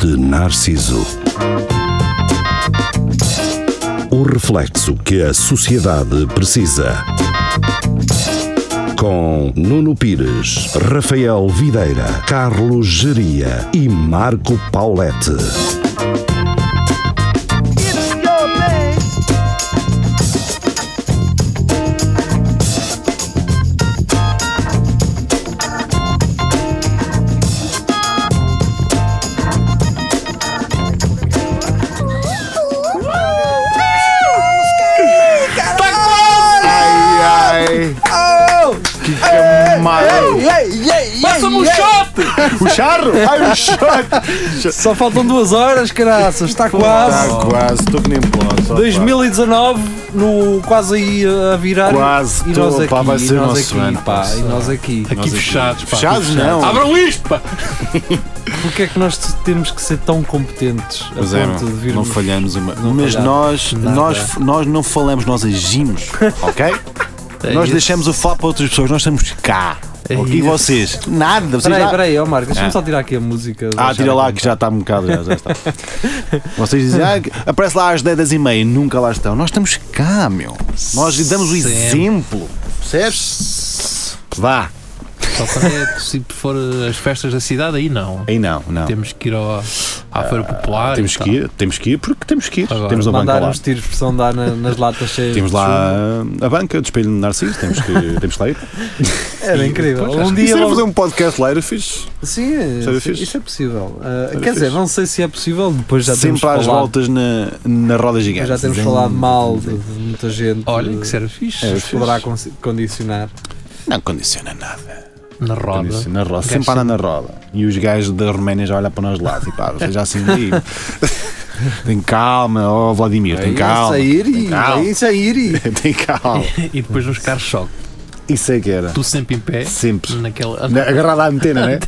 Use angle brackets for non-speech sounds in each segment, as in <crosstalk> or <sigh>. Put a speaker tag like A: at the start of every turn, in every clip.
A: de Narciso. O reflexo que a sociedade precisa. Com Nuno Pires, Rafael Videira, Carlos Geria e Marco Paulette.
B: Ai, ai. Que camada.
C: Passa-me um shot!
B: <laughs> O charro? Ai, o
D: <laughs>
B: shot.
D: Só faltam duas horas, caraças, está
B: Está
D: quase.
B: quase, estou que nem posso.
D: 2019, no, quase aí a virar.
B: Quase,
D: e nós
B: tô,
D: aqui,
B: pá, vai
D: e
B: ser
D: nós
B: nosso
D: aqui,
B: ano,
D: pá,
B: nosso
D: e nós aqui.
C: Aqui fechados, pá.
B: Fechados não.
C: Abram isto, pá!
D: Porquê é que nós temos que ser tão competentes a
B: Pois é,
D: ponto de
B: não, não
D: virmos?
B: falhamos uma. Mas
D: falhamos
B: nós,
D: nada.
B: nós, nós não falamos, nós agimos, <laughs> ok?
D: É
B: nós
D: isso.
B: deixamos o falar para outras pessoas, nós estamos cá.
D: É
B: ok? E
D: isso.
B: vocês? Nada, vocês
D: Espera aí,
B: já-
D: espera aí, ó Marco, deixa-me
B: Ah.
D: só tirar aqui a música.
B: Ah,
D: deixar
B: tira lá
D: aqui.
B: que já está um bocado, já,
D: <laughs>
B: já está. Vocês dizem, ah, que- aparece lá às 10 e meia, nunca lá estão. Nós estamos cá, meu. Nós lhe damos o
E: Sempre.
B: exemplo. Percebes? Vá.
E: Só quando é, se for as festas da cidade, aí não.
B: Aí não, não.
E: Temos que ir ao, à Feira Popular.
B: Temos
E: e
B: que ir, temos que ir porque temos que ir.
E: Agora,
B: temos a banca
D: Mandar
B: lá.
D: uns tiros por são dar na- nas latas cheias.
B: Temos
D: de
B: lá a banca do espelho de Narciso, temos
D: <laughs>
B: que, temos que lá ir.
D: chumbo. Era incrível.
E: Pois, acho
D: Um
B: E
D: dia.
B: se era
D: logo-
B: fazer um podcast lá, era fixe.
D: Sim,
B: Seria
D: isso,
B: fixe.
D: isso é possível. Ah,
B: Seria
D: quer dizer,
B: fixe.
D: não sei se é possível, depois já temos
B: Sempre às
D: falado.
B: voltas na, na roda gigante.
D: Já temos falado mal de, de muita gente.
E: Olha, que
D: eh,
E: será fixe.
B: É.
D: nos poderá
B: fixe.
D: con- condicionar.
B: Não condiciona nada.
E: Na roda.
B: Condiciona na roda.
E: Gajo
B: Sempre anda na roda. E os gajos da Roménia já olham para nós de lado. E pá, vocês já assim. "Ih,
D: <laughs>
B: tem calma, ó Vladimir, tem
D: Aí,
B: calma.
D: Sair
B: tem
D: e.
B: calma.
D: aí Sair e.
B: <laughs> Tem calma.
E: E depois nos carros choque.
B: Isso é que era.
E: Tu sempre em pé.
D: <laughs>
B: Sempre.
E: Naquela.
B: Na- Agarrado à antena, né?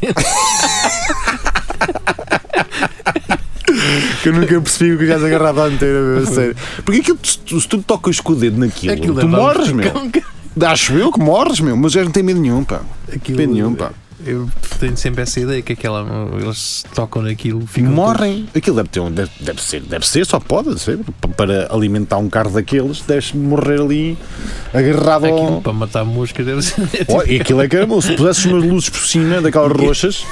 B: que eu nunca percebi o que já agarrado à antena, meu, a sério. Porque aquilo, se tu- se tu tocas com o dedo naquilo,
E: <laughs> Aquilo
D: é
B: tu
E: leva um
B: morres, meu.
E: cão que-
B: Acho eu que morres, meu. Mas já não tem medo nenhum, pá.
E: Aquilo,
B: Medo nenhum, pá.
E: Eu tenho sempre essa ideia que aquela. Eles tocam naquilo, ficam.
B: Morrem.
E: é-
B: Aquilo deve, ter um- deve, deve ser, deve ser, só pode deve ser. P- Para alimentar um carro daqueles, deves morrer ali agarrado
E: todos- Aquilo
B: ao.
E: para matar moscas deve ser.
B: Oh, e aquilo é caramba, se pusesses umas luzes por cima,
E: <laughs>
B: daquelas roxas,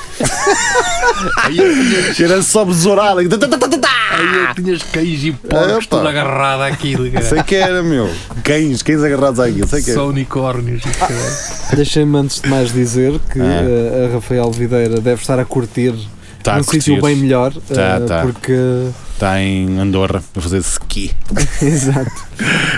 B: era só besourada.
E: Aí eu <laughs> tinhas cães e porcos
B: Epa.
E: tudo agarrado àquilo, cara.
B: Ah. Sei que era, meu. Cães, cães agarrados àquilo, sei que é. Ah,
E: Só
B: era.
E: unicórnios. cara.
D: <laughs> Deixem-me antes de mais dizer que
B: Ah.
D: eh, a Rafael Videira deve estar a curtir
B: Tá a
D: num sítio
B: curtir.
D: bem melhor.
B: Tá,
D: eh,
B: tá.
D: Porque.
B: <laughs> Está Tá em Andorra a fazer ski,
D: Exato.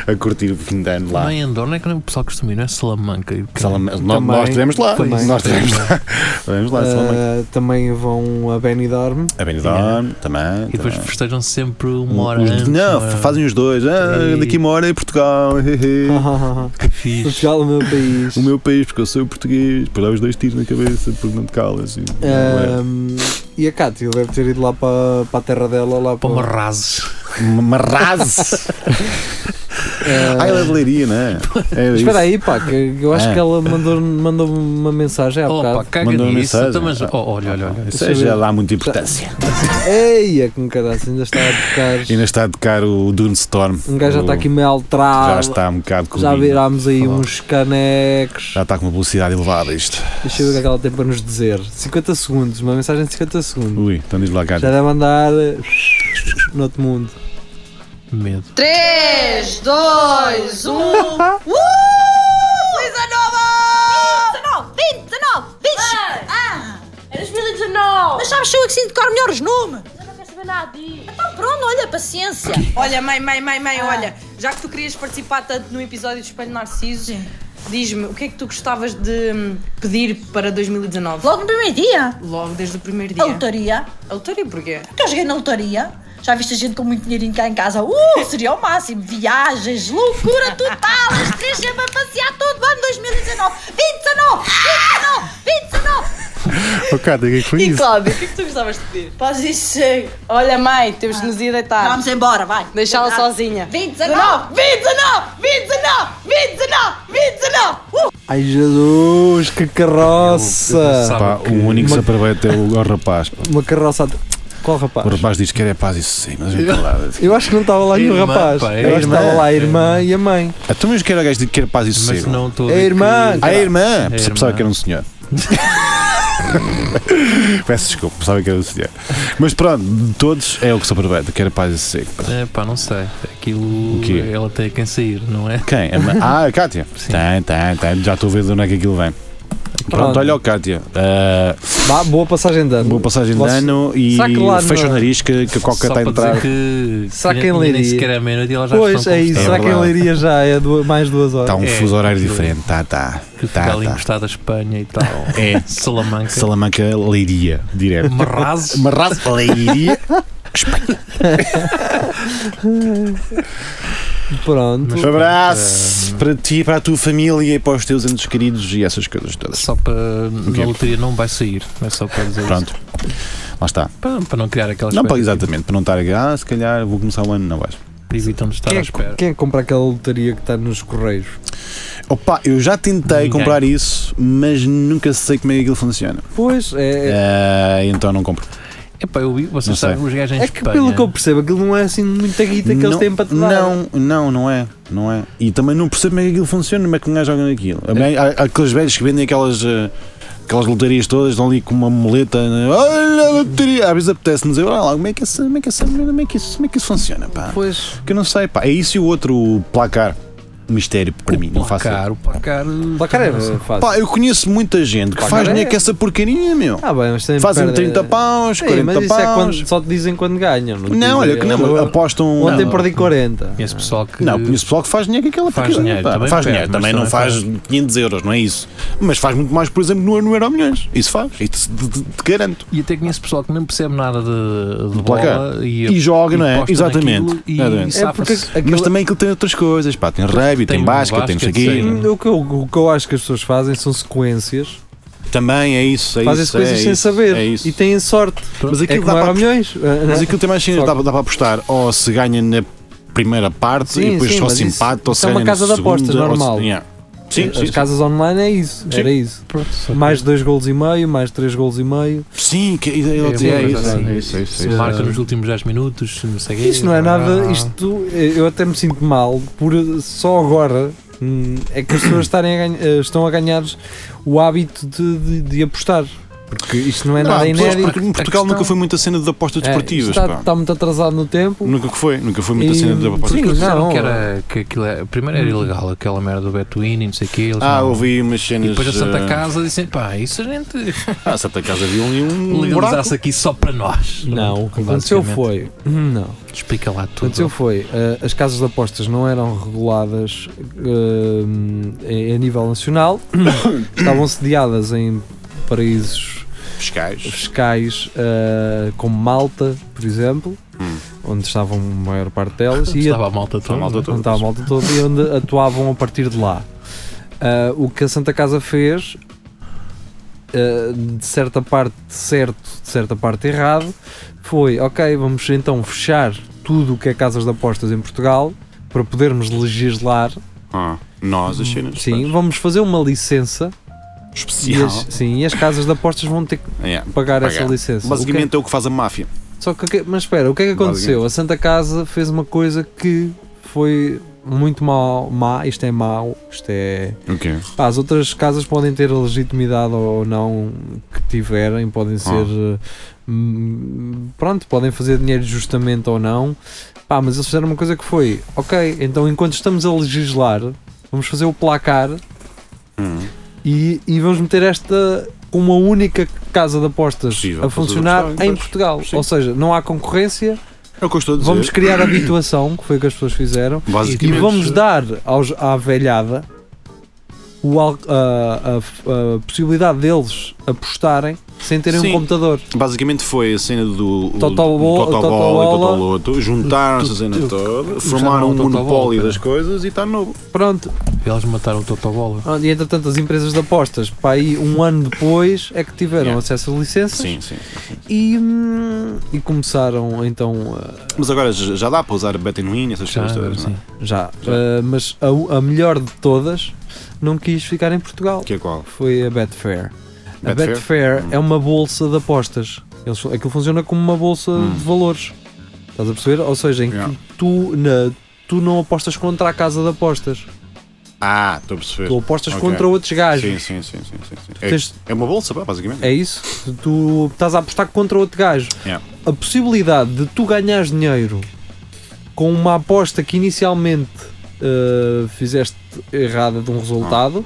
B: a curtir o fim de ano lá.
E: Não é Andorra, não é que o pessoal costuma ir, não é Salamanca.
B: Salama-
D: Também.
B: nós estivemos lá.
D: Também.
B: Nós estivemos
D: <laughs>
B: lá. Estivemos lá, Salamanca.
D: Eh, também vão a Benidorm.
B: A Benidorm, também.
E: E depois
B: também.
E: festejam sempre uma hora
B: Os-
E: antes.
B: Não,
E: uma-
B: fazem os dois. Ah,
E: E-
B: daqui uma hora é Portugal. <laughs> hehe.
E: que fixe.
D: Portugal, o meu país.
B: <laughs> O meu país, porque eu sou português. Depois dá os dois tiros na cabeça, porque não te calas. E,
D: Ahm, Ehm, e a Cátia deve ter ido lá para, para a terra dela, lá
E: Para
D: para.
E: Marrazes.
D: <laughs>
B: Marrase!
D: eh,
B: Ah, ela é de leiria, não é? É isso.
D: Espera aí, pá, que eu acho
B: Ah.
D: que ela mandou- mandou-me uma mensagem há
E: Opa,
D: bocado.
E: caga
B: Mandou uma
E: nisso.
B: mensagem. Ah.
E: então, mas- oh, olha, olha, olha.
B: Isso aí já dá muita importância.
D: Eia, que um caraço, ainda está a tocar.
B: Ainda está a tocar o Dune Storm.
D: Um gajo já
B: O-
D: está aqui meio
B: Já
D: alterado. Já,
B: está um bocado com o vinho.
D: virámos aí
B: Ah.
D: uns canecos.
B: Já está com uma velocidade elevada isto.
D: Deixa eu ver o que é que ela tem para nos dizer. 50 segundos, uma mensagem de 50 segundos.
B: Ui, então diz lá,
D: Já
B: Cátia.
D: deve andar no outro mundo.
E: Medo.
F: 3, 2, 1. Uh! Feliz ano novo! 20, 19, 20, 19, 20. Ah!
G: É 2019!
F: Mas sabes, sou eu que sinto decoro melhores números.
G: Mas eu não quero saber nada disso!
F: Então pronto, olha, paciência. Olha, mãe, mãe, mãe, mãe, olha. Já que tu querias participar tanto no episódio do Espelho Narciso, diz-me, o que é que tu gostavas de hum, pedir para 2019?
G: Logo no primeiro dia,
F: Logo desde o primeiro dia.
G: a lotaria.
F: Autoria porquê?
G: Porque eu joguei na lotaria. Já viste a gente com muito dinheirinho cá em casa? Uh, seria o máximo. Viagens, loucura total. Os três dias para passear todo ano 2019. 2019, 2019, 2019.
B: Oh, Cátia, o que é que foi
F: E Cláudia, o que é que tu gostavas de pedir? Ah.
G: Podes dizer,
F: Olha, mãe, temos de nos ir deitar.
G: vamos embora, vai.
F: Deixá-la sozinha.
G: 2019, 2019, 2019, 2019, 2019. Uh!
D: Ai Jesus, que
E: Eu- eu
D: carroça!
E: pensava
B: Pá,
E: que-
B: o único que se
D: Uma-
B: aproveita é o, é o rapaz. pá.
D: Uma carroça. a- Qual rapaz?
B: O rapaz diz que era paz e sossego, mas vamos falar.
D: Eu acho que não estava lá nenhum
E: Irmã,
D: rapaz.
E: pá,
D: eu acho que
E: irmã.
D: estava lá a irmã e a mãe.
B: Então, mas que era o gajo de que era paz e
E: Mas
B: sossego? Ah,
E: não estou.
D: É
E: ver
D: irmã,
E: que-
B: A irmã!
E: irmã.
B: Pensava que era
E: <laughs>
B: um senhor. Peço desculpa, pensava que era um senhor. Mas pronto, de todos é o que se aproveita, que era paz e sossego.
E: É, pá, não sei. Aquilo.
B: O quê?
E: Ela tem quem sair, não é?
B: Quem? A ma- Ah, a Cátia.
E: Sim.
B: Tem, tem, tem. Já estou a ver de onde é que aquilo vem. Pronto,
D: Pronto.
B: olha o Cátia. Ah,
D: Vá, boa passagem de ano.
B: boa passagem de
D: Vocês-
B: ano e
D: Será que lá
B: fecha
D: no-
B: o nariz que, que a coca
E: Só
B: está tá a
E: para
B: entrar.
E: dizer que.
D: Será que
E: nem-
D: em
E: Nem
D: Leiria?
E: sequer é meia-noite e elas já
D: Pois,
E: estão
D: é isso.
E: com-
D: Será que em
B: verdade.
D: Leiria já é du- mais duas horas?
B: Está um
E: É.
B: fuso horário diferente. Tá, tá.
E: Que
B: Tá,
E: fica ali
B: tá.
E: encostada à Espanha e tal.
B: <laughs> É.
E: Salamanca.
B: Salamanca, Leiria, direto.
E: Marrazes.
B: Marraz, Leiria.
E: Mas-
D: Pronto.
B: <laughs> Um abraço para ti, para a tua família e para os teus entes queridos e essas coisas todas.
E: é, Só para.
B: quê?
E: Na loteria não vai sair. É só para dizer
B: Pronto. Lá está.
E: isso. Para, para não criar aquelas.
B: Não, para, exatamente, para não estar aqui, ah, se calhar vou começar o ano, não vais.
E: Evitam de estar
D: Quem
E: à
D: é, que-
E: espera.
D: quem é que compra aquela lotaria que está nos correios?
B: Opa, eu já tentei
E: Ninguém.
B: comprar isso, mas nunca sei como é que aquilo funciona.
D: Pois, é.
B: Ah, então não compro.
E: Epá, eu vi,
B: Não
E: vocês
B: sei.
E: sabem, os gajos em
D: É, que pelo que eu percebo, aquilo não é assim muita guita que eles
B: não,
D: têm para te dar.
B: não, não, não é. Não é. E também não percebo como é que aquilo funciona, como é que um gajo joga naquilo. Há- há Aqueles velhos que vendem aquelas. ah, Aquelas lotarias todas estão ali com uma muleta. né? Olha a lotaria! Às vezes apetece-me dizer: olha lá, como é que essa- como é que essa- como é que isso como é que isso funciona, pá?
D: Pois.
B: Que eu não sei, pá. É isso e o outro placar. Um Mistério para mim, não faço.
E: placar, o placar.
D: Placar é
E: Não sei.
D: fácil.
B: Pá, eu conheço muita gente que
D: Placar
B: faz dinheiro
D: é.
B: com essa porcaria, meu.
D: Ah, bem, mas também
B: Fazem
D: perde-
B: 30 paus,
D: Sim,
B: 40
D: mas isso é
B: paus.
D: quando só te dizem quando ganham. te dizem-
B: Não, olha que não,
D: Eu-
B: apostam. um-
D: Ontem
B: não,
D: perdi 40.
E: Esse pessoal que.
B: não, conheço pessoal que faz dinheiro com aquela
E: Faz
B: porcaria,
E: dinheiro,
B: pá.
E: também
B: faz
E: perde,
B: dinheiro,
E: mas
B: também não faz
E: também
B: 500 euros, não é isso. Mas faz muito mais, por exemplo, no, no Euro Milhões. Isso faz, isso te, te- te garanto.
E: E até conheço pessoal que não percebe nada de, de
B: placar.
E: bola
B: E, joga, não é?
E: aposta
B: Exatamente.
E: naquilo E,
B: Exatamente.
D: É porque
E: safa-se.
D: aquilo-
B: Mas também aquilo tem outras coisas, pá. Tem rugby, tem,
E: Tem
B: basquete, tem não sei o
E: basquete,
B: quê.
E: sim.
D: O que, eu, o que eu acho que as pessoas fazem são sequências.
B: Também é isso, é
D: fazem as
B: isso.
D: coisas
B: é
D: sem
B: isso,
D: saber
B: É isso.
D: e têm sorte.
B: Mas
D: É
B: aquilo
D: como
B: dá
D: era
B: para
D: milhões. eh, né?
B: Mas aquilo tem mais cenas,
D: Só-
B: dá, dá para apostar ou se ganha na primeira parte
D: Sim,
B: e depois
D: sim,
B: só
D: mas
B: se
D: isso-
B: empata ou se
D: isso é uma
B: ganha na
D: casa de apostas,
B: segunda, ou se-
D: normal.
B: Yeah. Sim,
D: As
B: sim, sim.
D: casas online é isso.
B: Sim.
D: Era isso.
E: Pronto, só que
D: Mais dois gols e meio, mais três gols e meio.
B: Sim, que, é,
E: uma
B: é,
E: coisa
B: isso.
E: assim.
B: é isso, é isso,
E: se
B: é isso.
E: marca nos últimos 10 minutos, não sei o quê.
D: Isto não é
E: Ah,
D: nada. Isto eu até me sinto mal por só agora hum, é que as pessoas estarem a ganha- eh, estão a ganhar o hábito de, de- de apostar. Porque isto não é
B: Não,
D: nada
B: há pessoas
D: inédito.
B: porque em Portugal nunca foi muita cena de apostas
D: É,
B: desportivas.
D: está,
B: pá.
D: está muito atrasado no tempo.
B: Nunca que foi, nunca foi muita
D: E-
B: cena de apostas
E: Sim,
D: Sim,
E: eles disseram
D: não.
E: que era. Que aquilo é, primeiro era ilegal, aquela merda do Betuín e não sei o quê. eles
D: é-
B: Ah,
E: não-
B: ouvi umas
E: E
B: cenas.
E: depois a Santa
B: eh,
E: Casa disse: pá, isso a gente
B: Ah, a Santa Casa viu ali um buraco.
E: legalizasse aqui só para nós.
D: Não, o que aconteceu
E: Basicamente.
D: foi. Não.
E: Explica lá
D: O que aconteceu
E: tudo.
D: foi, eh, as casas de apostas não eram reguladas eh, em- a nível nacional, <coughs> estavam sediadas em paraísos
B: Fiscais.
D: fiscais eh, como Malta, por exemplo,
B: Hum.
D: onde estavam a maior parte delas, e
E: Estava a malta toda.
B: a Tá malta toda.
D: onde estava a Tá malta toda e onde atuavam a partir de lá. Ah, o que a Santa Casa fez, ah, de certa parte certo, de certa parte errado, foi ok, vamos então fechar tudo o que é casas de apostas em Portugal para podermos legislar.
B: Ah, nós, as cenas.
D: Sim, vamos fazer uma licença
B: pá.
D: e
B: Especial. Ah,
D: as, sim, e as casas de apostas vão ter que
B: Yeah.
D: pagar, essa
B: Pagar.
D: licença. O que é-
B: Basicamente é o que faz a máfia.
D: só que, o que- mas espera, o que é que aconteceu? A Santa Casa fez uma coisa que foi muito mal, má, isto é mau, isto é
B: O quê?
D: Pá, as outras casas podem ter a legitimidade ou não que tiverem,
B: Ah.
D: podem ser. eh, hum, Pronto, podem fazer dinheiro justamente ou não. Pá, mas eles fizeram uma coisa que foi: ok, então enquanto estamos a legislar, vamos fazer o placar
B: Hum.
D: e, e vamos meter esta com uma única casa de apostas
B: Possível,
D: a
B: fazer
D: funcionar
B: apostar,
D: em
B: pois.
D: Portugal.
B: Sim.
D: Ou seja, não há concorrência,
B: É o que eu estou a dizer.
D: vamos criar habituação, que foi o que as pessoas fizeram. E
B: Basicamente.
D: vamos dar aos- à velhada o al- a, a- a possibilidade deles apostarem sem terem
B: Sim.
D: um computador.
B: Basicamente foi a cena do do
D: Totobol-
B: Totobola e
D: Totobola.
B: Totoloto, juntaram-se a cena
E: Tu- tu-
B: toda,
E: já
B: formaram
E: não
B: um
E: Totobola,
B: monopólio
E: cara.
B: das coisas e está novo.
D: Pronto.
E: Eles mataram o Totobola.
D: Ah, E entretanto, as empresas de apostas, para aí um ano depois, é que tiveram
B: Yeah.
D: acesso a licenças
B: Sim, sim.
D: E, hum, e começaram então a-
B: Mas agora já já dá para usar Betanoin e essas
E: Já,
B: coisas
E: agora
B: todas, não é?
E: sim.
D: já. Ah, mas a, a melhor de todas não quis ficar em Portugal.
B: Que é qual?
D: Foi a Betfair. A
B: Betfair?
D: Betfair é uma bolsa de apostas Eles, aquilo funciona como uma bolsa de valores. Estás a perceber? Ou seja, em
B: Hum. Yeah.
D: que tu, na, tu não apostas contra a casa de apostas.
B: Ah, estou a perceber.
D: Tu apostas
B: Ok.
D: contra outros gajos.
B: Sim, sim, sim, sim, sim, sim. É,
D: tens-
B: é uma bolsa, pá, basicamente.
D: É isso? Tu estás a apostar contra outro gajo.
B: Yeah.
D: A possibilidade de tu ganhares dinheiro com uma aposta que inicialmente eh, fizeste errada de um resultado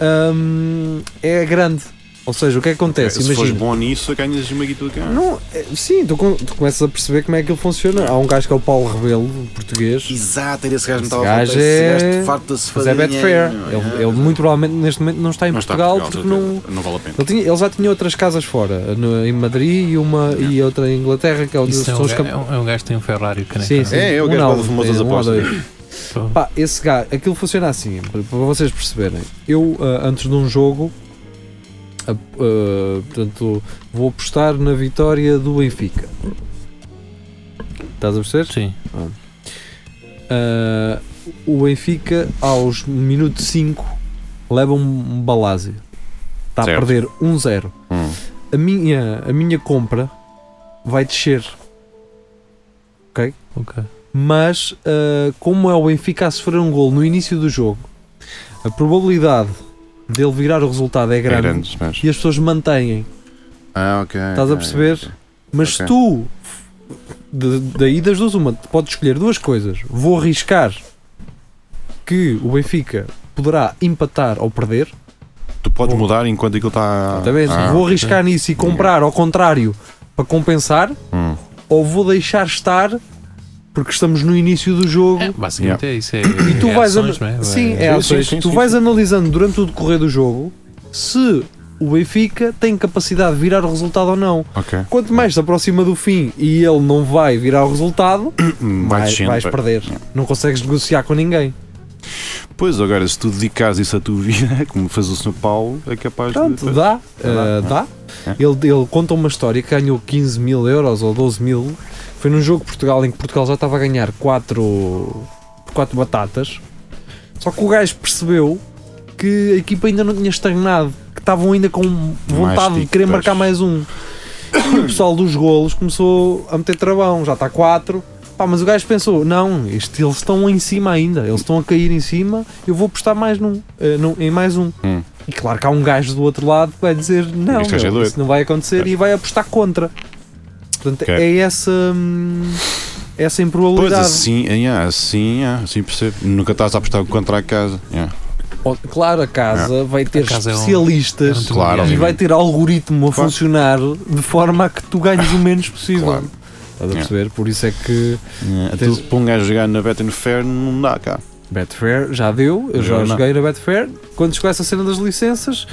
B: Ah.
D: hum, é grande. Ou seja, o que é que acontece?
B: Se fores
D: Imagina.
B: bom nisso, ganhas uma guita do cara.
D: Não, é- sim, tu, com- tu começas a perceber como é que ele funciona. Há um gajo que é o Paulo Rebelo, português.
B: Exato, era esse gajo que
D: Esse
B: me estava a
D: gajo
B: faltar. Esse
D: é-
B: gajo farta-se
D: Mas é
B: fazer
D: Betfair.
B: dinheiro.
D: Ele, ele muito provavelmente neste momento não está em
B: Não está
D: Portugal,
B: de
D: porque não.
B: certeza. Não vale a pena.
D: Ele, tinha- ele já tinha outras casas fora, no- em Madrid e, uma, e outra em Inglaterra, que é onde
E: Isso é
D: são
E: um,
D: os
E: ga-
D: camp-
E: é, um, é um gajo que tem um Ferrari caneca.
D: Sim, sim.
B: É, é o
D: Um
B: gajo
D: não,
B: lá das famosas
D: é um ou
B: apostas. né?
D: dois. Pá, esse gajo, aquilo funciona assim, para para vocês perceberem. Eu, ah, antes de um jogo, ah, ah, portanto, vou apostar na vitória do Benfica. Estás a perceber?
E: Sim.
D: Ah, o Benfica, aos minuto 5, leva um, um balásio. Está a
B: Certo.
D: perder 1-0.
B: Hum.
D: A, minha, a minha compra vai descer.
E: Ok.
D: Mas, ah, como é o Benfica a sofrer um gol no início do jogo, a probabilidade dele virar o resultado é grande.
B: É grande, mas...
D: E as pessoas mantêm,
B: Ah, ok.
D: estás a
B: ok,
D: perceber?
B: ok.
D: Mas
B: Ok.
D: tu, de- daí das duas, uma, podes escolher duas coisas. Vou arriscar que o Benfica poderá empatar ou perder.
B: Tu podes
D: Vou-
B: mudar enquanto aquilo está.
D: talvez
B: Ah,
D: vou arriscar nisso e comprar ao contrário para compensar.
B: Hum.
D: Ou vou deixar estar porque estamos no início do jogo.
E: É, basicamente é isso. É,
D: E tu
E: é
D: vais
E: ações,
D: ana-
E: não é?
D: Sim,
E: Vai-
D: é
B: Sim,
D: ações.
B: sim, sim,
D: tu
B: sim,
D: vais
B: sim.
D: analisando durante o decorrer do jogo se o Benfica tem capacidade de virar o resultado ou não.
B: Ok.
D: Quanto mais se aproxima do fim e ele não vai virar o resultado,
B: Hum, Vai
D: vai-
B: descendo.
D: vais
B: pá.
D: perder. Não consegues negociar com ninguém.
B: Pois agora, se tu dedicares isso à tua <laughs> vida, como fez o Sr. Paulo, é capaz
D: Portanto,
B: de.
D: dá.
B: Dá,
D: eh, dá.
B: É.
D: Ele, ele conta uma história que ganhou 15 mil euros ou 12 mil. Foi num jogo de Portugal em que Portugal já estava a ganhar 4, quatro batatas. Só que o gajo percebeu que a equipa ainda não tinha estagnado, que estavam ainda com vontade de
B: tico,
D: querer
B: pois.
D: marcar mais um. E o pessoal dos golos começou a meter travão, já está 4. Pá, mas o gajo pensou: não, isto, eles estão em cima ainda, eles estão a cair em cima, eu vou apostar mais num, eh, num- em mais um.
B: Hum.
D: E claro que há um gajo do outro lado que vai dizer: não,
B: Este gajo é
D: meu,
B: doido."
D: isso não vai acontecer e vai apostar contra. Portanto,
B: Ok.
D: é essa, hum, essa
B: Pois
D: improbabilidade.
B: assim, é, é, assim, é, assim percebo. Nunca estás a apostar contra a casa. é.
D: Ó, Claro, a casa vai ter
E: A casa é um-
D: especialistas.
E: é um
B: Claro,
E: intermediário.
D: E vai ter algoritmo a
B: Claro.
D: funcionar de forma a que tu ganhes o menos possível.
B: Claro.
D: Estás a
B: Yeah.
D: perceber? Por isso é que
B: É,
D: Tens-
B: Aquilo para um gajo jogar na Beta Inferno não dá cá.
D: Betfair já deu, eu já
B: Já não.
D: joguei na Betfair. Quando chegou essa cena das licenças,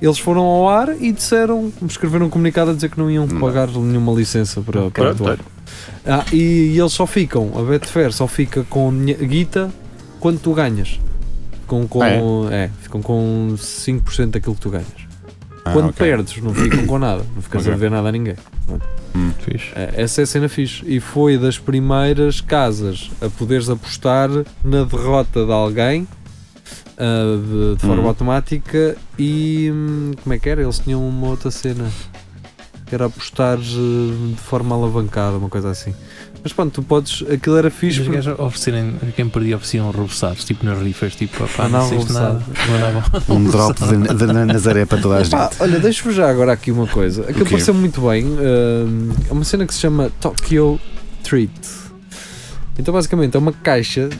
D: eles foram ao ar e disseram, escreveram um comunicado a dizer que não iam
B: Não.
D: pagar nenhuma licença para, para
B: Pronto,
D: atuar. Ah, e, e eles só ficam, a Betfair só fica com dinhe- guita quando tu ganhas. Com, com,
B: Ah,
D: é? ficam com 5% daquilo que tu ganhas.
B: Ah,
D: quando
B: ok.
D: perdes, não ficam com nada, não ficas
B: Ok.
D: a dever nada a ninguém.
E: Fixe.
D: É, Essa é a cena fixe. E foi das primeiras casas a poderes apostar na derrota de alguém ah, de, de forma
B: Uhum.
D: automática e hum, como é que era? Eles tinham uma outra cena que era apostar eh, de forma alavancada, uma coisa assim. Mas pronto, tu podes. Aquilo era
E: E
D: fixe.
E: os
D: porque-
E: gajos oferecerem, quem perdia ofereciam reboçados, tipo nas rifas, tipo, opá,
D: Ah,
E: não,
D: não,
E: não disseste nada. Mandavam-
B: Um drop de, de Nazaré para toda a gente.
D: Pá, olha, deixa-vos já agora aqui uma coisa. Aquilo
B: quê?
D: pareceu muito bem. hum, É uma cena que se chama Tokyo Treat. Então, basicamente, é uma caixa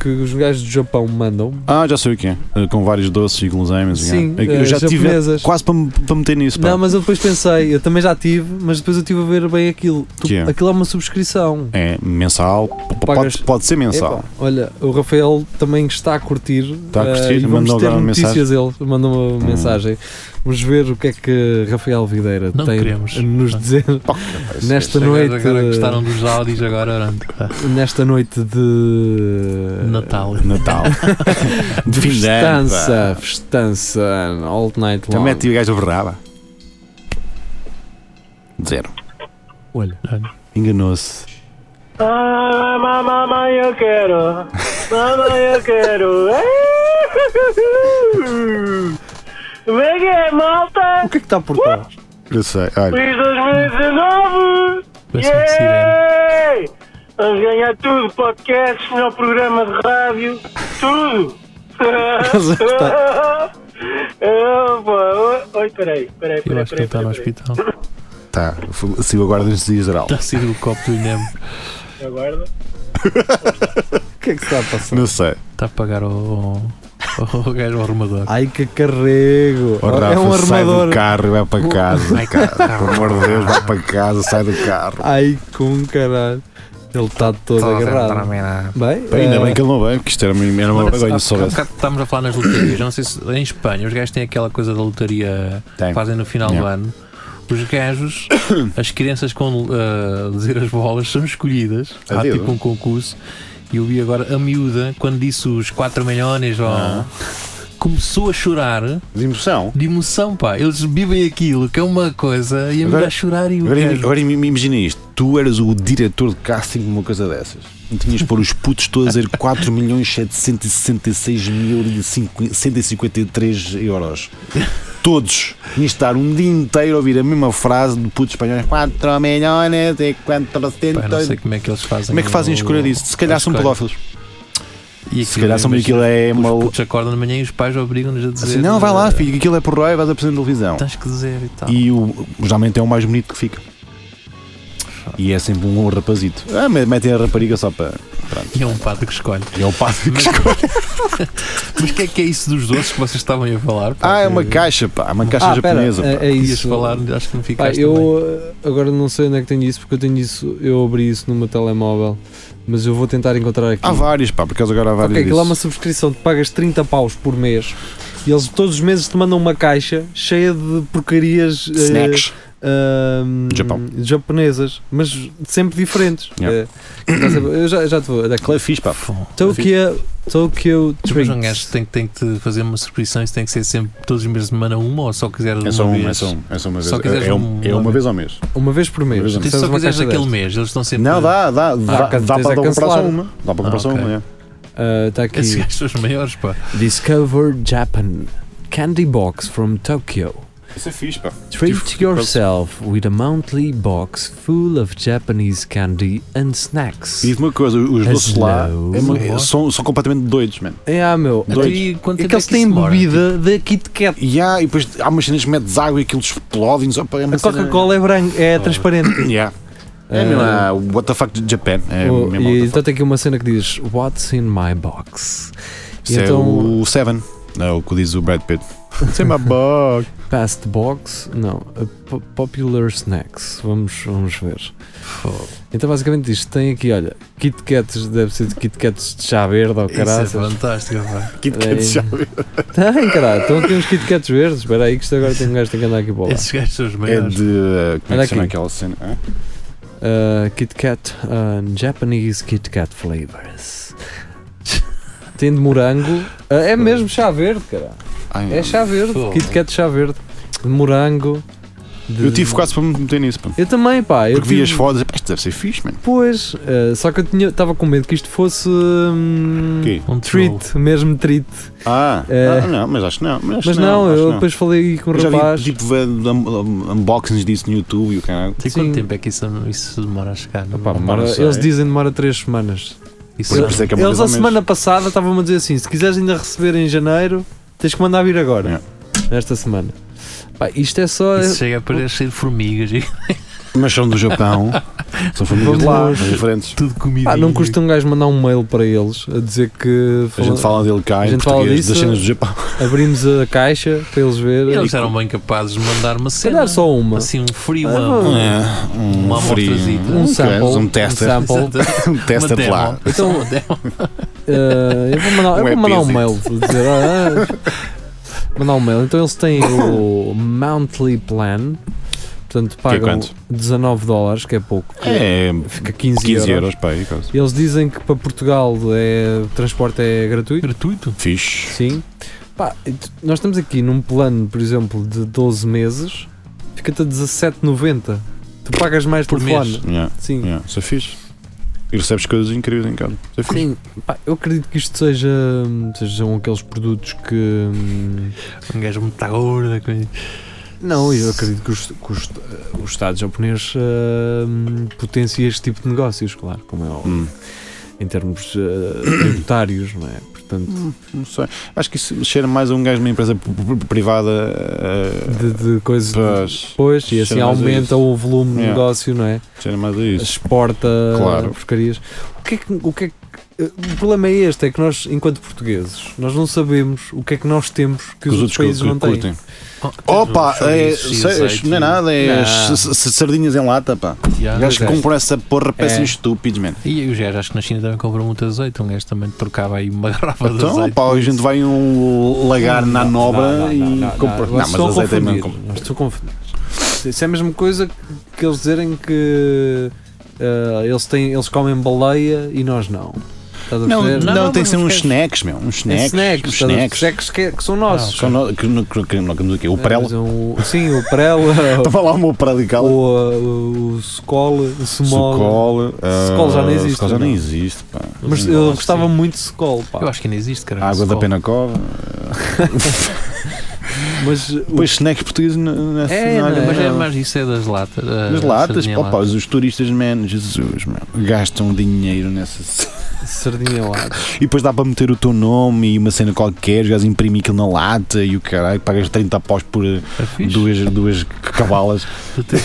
D: que os gajos do Japão mandam.
B: Ah, já sei o que é. Eh, Com vários doces e guloseimas.
D: Sim,
B: é. eu
D: eh,
B: já tive
D: japonesas.
B: quase para, me- para meter nisso. Pá.
D: Não, mas eu depois pensei, eu também já tive, mas depois eu estive a ver bem aquilo. Tu-
B: Que é?
D: Aquilo é uma subscrição.
B: É mensal. p- p-
D: Pagas-
B: Pode, pode ser mensal.
D: Epá, olha, o Rafael também está a curtir.
B: a
D: eh,
B: curtir,
D: e vamos
B: mandou
D: ter
B: agora uma Hum.
D: notícias ele mandou uma mensagem. Vamos ver o que é que Rafael Videira
E: Não
D: tem
E: queremos.
D: a nos dizer <laughs> nesta
E: Os gajos
D: noite. eh,
E: Agora gostaram dos áudios, agora orando. Tá.
D: nesta noite de
E: Natal.
D: <laughs>
B: Natal.
D: de
B: Fim de ano, é
D: festança, festança, all night
B: Já
D: long.
B: mete o gajo a verraba. Zero.
D: Olha,
B: Enganou-se.
H: Ah, ma- mamãe, eu quero. Mamãe, eu quero. Vem aqui, malta.
D: o que é que está por trás? <laughs>
B: Eu sei, olha.
I: Feliz 2019!
E: Parece uma é sirene.
I: Yeah! Vamos ganhar tudo, podcasts, melhor programa de rádio, tudo! <laughs> Ah, pá, Oi, peraí, peraí,
E: Eu
I: peraí,
E: acho que ele
I: peraí,
E: está no
I: peraí, peraí.
E: hospital.
B: Tá, sigo agora desde o geral.
E: Está a sair o copo do Inham.
I: Aguarda.
D: O que é que está a passar?
B: Não sei.
E: Está a pagar o, o, o gajo ao arrumador.
D: Ai que carrego!
B: O
D: é
B: Rafa
D: um
B: sai do
D: armador!
B: carro e vai para casa.
E: Ai,
B: cara, Pelo amor de Deus, vai para casa, sai do carro.
D: Ai com caralho! Ele está todo
B: Tá,
D: agarrado. Bem,
B: Ainda
D: eh,
B: bem que ele não veio, porque isto era, uma- era uma
E: Olha,
B: vergonha
E: há-
B: se soubesse.
E: há bocado Estávamos a falar nas lotarias. Não sei se em Espanha os gajos têm aquela coisa da lotaria
B: Tem.
E: que fazem no final do ano. Os
B: <coughs>
E: gajos, as crianças com ah, dizer as bolas, são escolhidas.
B: A
E: Há
B: dedo.
E: tipo um concurso. E eu vi agora a miúda, quando disse os 4 milhões, ó,
B: Ah.
E: começou a chorar
B: De emoção.
E: de emoção, pá. Eles vivem aquilo, que é uma coisa, e a
B: Agora-
E: miúda a chorar e o
B: Agora,
E: gajo.
B: agora im- imagina isto: tu eras o diretor de casting de uma coisa dessas. E tinhas por os putos todos
E: <laughs>
B: a dizer 4 milhões 766 mil e cinqu- 153 euros. Todos. Tinhas de estar um dia inteiro a ouvir a mesma frase de putos espanhóis: 4 milhões e
E: Pá, não
B: 400.
E: sei como é que eles fazem.
B: Como é que fazem a escolha
E: o-
B: disso? Se calhar
E: a
B: são
E: escolha.
B: pedófilos.
E: E
B: Se calhar são
E: imagina,
B: aquilo é uma.
E: Os putos acordam de manhã e os pais obrigam-nos a Tá. dizer.
B: Assim, não, vai lá,
E: eh,
B: filho, que aquilo é por raio, vais aparecer na televisão.
E: Tens que dizer e tal.
B: Ah. E o, geralmente é o mais bonito que fica. E é sempre um rapazito. Ah, me- metem a rapariga só para.
E: E é um padre que escolhe.
B: É o padre <laughs> que
E: Mas-
B: escolhe.
E: Mas o que é que é isso dos doces que vocês estavam a falar?
B: Ah, é uma
E: Porque
B: caixa, pá. Uma caixa
D: ah, pera,
B: japonesa. pá.
D: é, é
E: Ias
D: isso.
E: falar, acho que não
D: Pá,
E: ficaste.
D: eu
E: também.
D: eh, agora não sei onde é que tenho isso, porque eu tenho isso, eu abri isso no meu telemóvel, mas eu vou tentar encontrar aqui.
B: Há várias, pá. Por acaso agora há várias.
D: Ok, aquilo é
B: disso.
D: uma subscrição, tu pagas 30 paus por mês e eles todos os meses te mandam uma caixa cheia de porcarias eh,
B: Snacks.
D: ahm,
B: Japão.
D: japonesas, mas sempre diferentes.
B: Yeah.
D: Eh, tá sempre- eu já, já te vou. olha aqui.
B: Aquilo é fixe, pá.
E: Fom.
D: Então Tokyo, Tokyo
E: Mas um gajo
D: Treats.
E: tem, tem que te fazer uma subscrição, isso tem que ser sempre todos os meses de semana uma ou só quiseres
B: É
E: uma
B: só
E: vez?
B: uma, é só uma, é só uma vez.
E: Só quiseres
B: é, é
E: um-
B: é uma vez ao mês.
D: Uma vez por mês.
B: Uma vez ao
E: Se
B: mês.
E: só
D: Recebes uma
E: quiseres
D: caixa
E: naquele
D: destas.
E: mês, eles estão sempre.
B: Não, dá, dá, dá,
D: cara,
B: dá
D: Ah, tens é
B: para
D: a
B: comprar só
D: cancelar.
B: uma. Dá para comprar só
E: ok.
B: uma, é.
D: Está Ah, tá aqui.
E: Esses gajos são os maiores, pá.
D: Discover Japan Candy Box from Tokyo.
B: Isso é fixe, pá. Tipo,
D: Treat yourself with a monthly box full of Japanese candy and snacks.
B: E digo uma coisa, os doces lá
D: Hello.
B: é uma- é- são, são completamente doidos, mano.
D: É, ah, meu.
B: Dois.
E: Então E quanto
D: É
E: tempo
D: que eles
E: isso
D: têm
E: demora?
D: bebida da Kit Kat.
B: E há, e depois há umas cenas que metes água e aquilo explode. Só, pá, é uma
D: A
B: cena-
D: Coca-Cola é branca, é transparente.
B: Yeah. É
D: Ah,
B: mesmo, ah, what the fuck Japan. É
D: o-
B: mesmo,
D: e
B: what the
D: então tem aqui uma cena que diz What's in my box?
B: fuck.
D: E
B: Isso
D: então
B: é o Seven. É o que diz o Brad Pitt. Sem my bug.
D: Past Box, não, a po- Popular Snacks. Vamos, vamos ver. Então basicamente diz, tem aqui, olha, Kit Kats, deve ser de Kit Kats de chá verde ou
E: Isso é
D: caraças.
E: fantástico, pá.
B: Kit Kat
D: É.
B: já.
D: Tem, caralho, estão aqui uns Kit Kats verdes. Espera aí, que isto agora tem um gajo que tem que andar aqui para lá.
E: Esses gajos são os
B: É
E: maiores.
B: de. ah, Como é
D: Olha
B: que se chama
D: aqui.
B: aquela cena? Ah? Hã?
D: Uh, Kit Kat, uh, Japanese Kit Kat flavors. Tem de morango. Uh, é mesmo chá verde, cara.
B: Ai,
D: É chá verde.
E: Fogo.
D: Kit Kat chá verde. De morango. de-
B: Eu tive quase para me meter nisso, pá.
D: Eu também, pá. Eu
B: Porque vi as
D: tive-
B: fotos e pá, isto deve ser fixe, mano.
D: Pois, uh, só que eu tinha- estava com medo que isto fosse. hum,
B: Quê?
E: Um troll.
D: Treat, mesmo treat.
B: Ah,
D: É.
B: ah, não, mas acho que não. Mas, acho
D: Mas
B: que
D: não,
B: acho
D: eu
B: que não.
D: depois falei com o
B: Eu já
D: rapaz.
B: vi tipo ve- um- um- unboxings disso no YouTube e o canal.
E: Tem
D: Sim.
E: quanto tempo é que isso, isso demora a chegar? Não-
D: Pá,
E: não
D: demora-
E: para-
B: sei.
D: eles dizem demora 3 semanas.
E: isso
B: Por
E: não-
B: isso é que é uma
D: Eles
B: vez
D: a
B: ao mês.
D: semana passada estavam a dizer assim: se quiseres ainda receber em janeiro, tens que mandar vir agora. Nesta semana. Pá, isto é só.
E: Isso chega a parecer de formigas e <laughs>
B: Mas são do
D: <laughs>
B: Japão. são
D: Vamos
B: famílias
D: lá.
B: são diferentes.
E: tudo comida.
D: Pá, não custa um gajo mandar um mail para eles a dizer que
B: A gente fala dele cá
D: A
B: em
D: gente fala
B: português
D: disso.
B: das cenas do Japão.
D: abrimos a caixa para eles verem.
E: Eles eram bem capazes de mandar uma
D: se calhar
E: cena.
D: só uma.
E: Assim, um frio.
D: Ah,
E: uma-
D: bom.
B: um
E: Uma
B: frio,
E: amostrazita.
D: Um sample,
B: queijo, Um
D: um
B: tester.
D: sample.
E: Exato.
B: <laughs> Um tester de lá.
E: demo. Então, uma demo. <laughs>
D: Eh, eu vou mandar, eu
B: Um
D: vou mandar um
B: EPzito.
D: mail a dizer. "Ah, ah." mandar um mail. Então eles têm o Monthly Plan. Portanto, pagam
B: é quanto?
D: 19 dólares, que é pouco.
B: É,
D: Fica 15,
B: 15
D: euros.
B: euros, pá, aí quase.
D: Eles dizem que para Portugal é, o transporte é gratuito.
E: Gratuito.
B: Fixe.
D: Sim. Pá, e tu- nós estamos aqui num plano, por exemplo, de 12 meses, fica-te a 17,90. Tu pagas mais
E: Por
D: por telefone.
E: mês.
B: Yeah,
D: Sim.
B: yeah, Isso é fixe. E recebes coisas incríveis em casa. Isso é fixe.
D: Sim, pá, eu acredito que isto seja, sejam aqueles produtos que hum,
E: Um gajo muito gordo. com-
D: Não, eu acredito que os, que os, eh, os Estados japoneses potenciam este tipo de negócios, claro, como é óbvio.
B: Hum.
D: Em termos eh, tributários, não é? Portanto,
B: Não sei. Acho que isso cheira mais a um gajo de uma empresa p- p- privada. eh,
D: de, de coisas.
B: pois,
D: Depois, e assim
B: Chama-se
D: aumenta
B: isso.
D: o volume de
B: Yeah.
D: negócio, não é?
B: cheira mais a isso.
D: Exporta eh,
B: Claro.
D: porcarias. O que é que. O que é que- eh, o problema é este, é que nós, enquanto portugueses, nós não sabemos o que é que nós temos que,
B: Que
D: os outros países não têm. Oh,
B: Opa, é, sei-
E: sei,
B: não é nada, é
D: Não.
B: as s- s- sardinhas em lata, pá.
E: Yeah.
B: Gajos que
D: Pois é.
B: compram essa porra, parecem
D: É.
B: estúpidos, man.
E: E os gajos, acho que na China também compram muito azeite. Um gajo também trocava aí uma <laughs> garrafa de
B: Então,
E: azeite.
B: pá, a gente vai um lagar
D: Não,
B: na
D: não,
B: nobra
D: não,
B: e
D: não, não,
B: compra.
D: não, vocês estão
B: mas azeite é mesmo.
D: confundidos, vocês estão confundidos. Isso é a mesma coisa que, que eles dizerem que ah, eles, têm, eles comem baleia e nós não. Estás a
B: Não,
D: perceber?
B: não, tem que ser
E: mas
B: uns
E: esquece.
B: snacks, meu. Uns
D: É
B: snacks.
D: snacks,
B: uns
D: estás a ver?
B: snacks.
D: snacks que, que são nossos.
B: Só no- que no- que- que- no- que- que- O
D: Ah,
B: prela.
D: mas é um- sim, o
B: <laughs>
D: prela,
B: Estava lá o meu
D: o,
B: predical.
D: o, o Skol, o Small.
B: Socol.
D: Socol já não existe,
B: Socol ah, já nem
D: não. é?
B: existe, pá.
D: Mas eh,
E: Sim,
D: eu
E: gosto,
D: gostava
E: sim.
D: muito de Skol, pá.
E: Eu acho que ainda existe, cara.
B: Água da Penacova.
D: <laughs> Mas eh, o-
B: Pois snacks portugueses n- nessa
E: É,
B: área,
E: não, mas, é,
B: não.
E: mas isso é das latas. ah,
B: Nas latas,
E: sardinha
B: opa,
E: lata.
B: os turistas, man, Jesus, meu, gastam dinheiro nessa.
D: sardinha lá.
B: E depois dá para meter o teu nome e uma cena qualquer, os gajos imprimem aquilo na lata e o caralho, pagas 30 paus por eh,
E: É fixe.
B: duas, duas
D: <laughs>
B: cavalas.
E: Tu tens,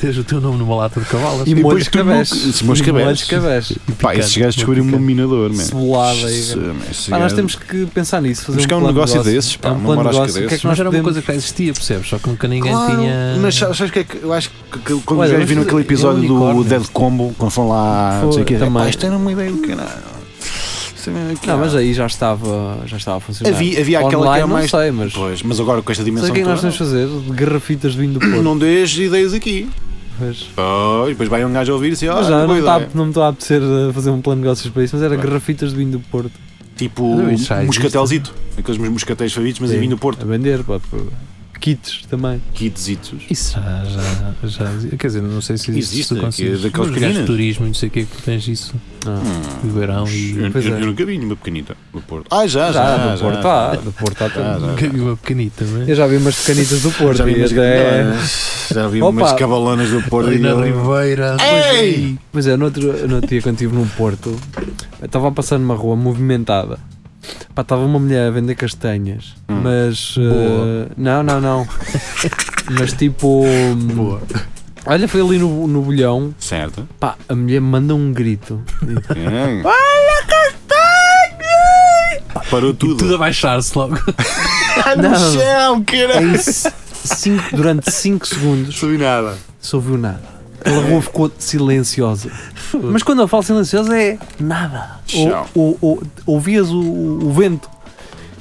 E: tens o teu nome numa lata de assim, cavalos.
D: E, molho
B: depois
D: de
B: tu
D: cabeço.
B: nunca- se molhos
D: E molho de
B: cabeços.
D: cabeço.
B: Pá, esses gajos descobriram um minador, man.
D: Cebolada e-
B: Esse- esse
D: Pá, nós
B: gajo-
D: temos que pensar nisso. Fazer
B: Buscar um
D: plano de
B: negócio desses, pá,
D: É um
B: uma
D: plano de
B: moral às
D: negócio. O que é
B: cabeças.
D: que nós
E: mas era uma
D: podemos-
E: coisa que já existia, percebes? Só que nunca ninguém
B: Claro,
E: tinha.
B: Mas sabes sabes o que é que eu acho que que quando
D: Olha,
B: os
D: vamos
B: gajos viram aquele
D: fazer
B: episódio do
E: unicórnios.
B: Dead Combo, quando foram lá, não sei o quê, é
D: Também.
B: pá, isto era uma ideia do caralho. Isto é mesmo aqui,
D: Não,
B: ah.
D: mas aí já estava, já estava a funcionar.
B: Havia, havia aquela que
D: Online,
B: era
D: não
B: mais.
D: sei, mas.
B: Pois, mas agora com esta
D: Sabe
B: dimensão.
D: o que é que nós
B: toda,
D: temos de fazer? De Garrafitas de vinho do Porto.
B: não deixes ideias aqui.
D: Mas,
B: Pois, depois vai um gajo ouvir e assim, ó,
D: mas já não, tá
B: boa
D: está-
B: ideia.
D: não me estou a apetecer a fazer um plano de negócios para isso, mas era garrafitas de vinho do Porto
B: Tipo,
E: Não, isso já existe.
B: moscatelzito. Aqueles meus moscatéis favoritos, mas em
D: Sim.
B: vinho do Porto.
D: a vender. pá, pá. kits também.
B: Kitsitos.
E: Isso já, já, já existia. Quer dizer, não sei se existe.
B: Existe,
E: se tu
B: que é
E: consegues.
B: daquelas
E: Mas os gajos de
B: pequeninas.
E: turismo, não sei o que é que tens isso.
D: Ah.
E: De verão e. <laughs>
B: Eu,
D: Pois
B: eu,
D: é.
B: eu nunca vi nenhuma pequenita do Porto. Ah, já, já.
D: Já, do Porto
B: já. Ah,
D: há. Do Porto há também.
B: já.
E: Nunca vi uma pequenita, não
D: Eu
E: é?
D: já vi umas pequenitas do Porto.
B: Já vi
D: e
B: umas, é?
D: até-
B: já vi
D: é. Opa.
B: umas cavalonas do Porto.
E: Ali
B: e
E: na
B: eu-
E: Ribeira.
B: Ei!
D: Pois é, no outro, no outro dia quando estive num Porto, eu estava a passar numa rua movimentada. Pá, estava uma mulher a vender castanhas, mas. eh, não, não, não. mas tipo.
E: Boa.
D: Olha, foi ali no, no bolhão,
B: Certo.
D: pá, a mulher manda um grito. E-
B: Olha, castanha! Parou
E: E tudo
B: tudo.
E: a baixar-se logo.
D: Não.
B: chão, caralho!
D: Em c- É cinco, durante 5 segundos
B: Não vi nada.
D: não se ouviu nada. Aquela rua ficou silenciosa. Mas quando eu falo silenciosa é nada.
B: Tchau.
D: Ou, ou- ou- ouvias o, o vento.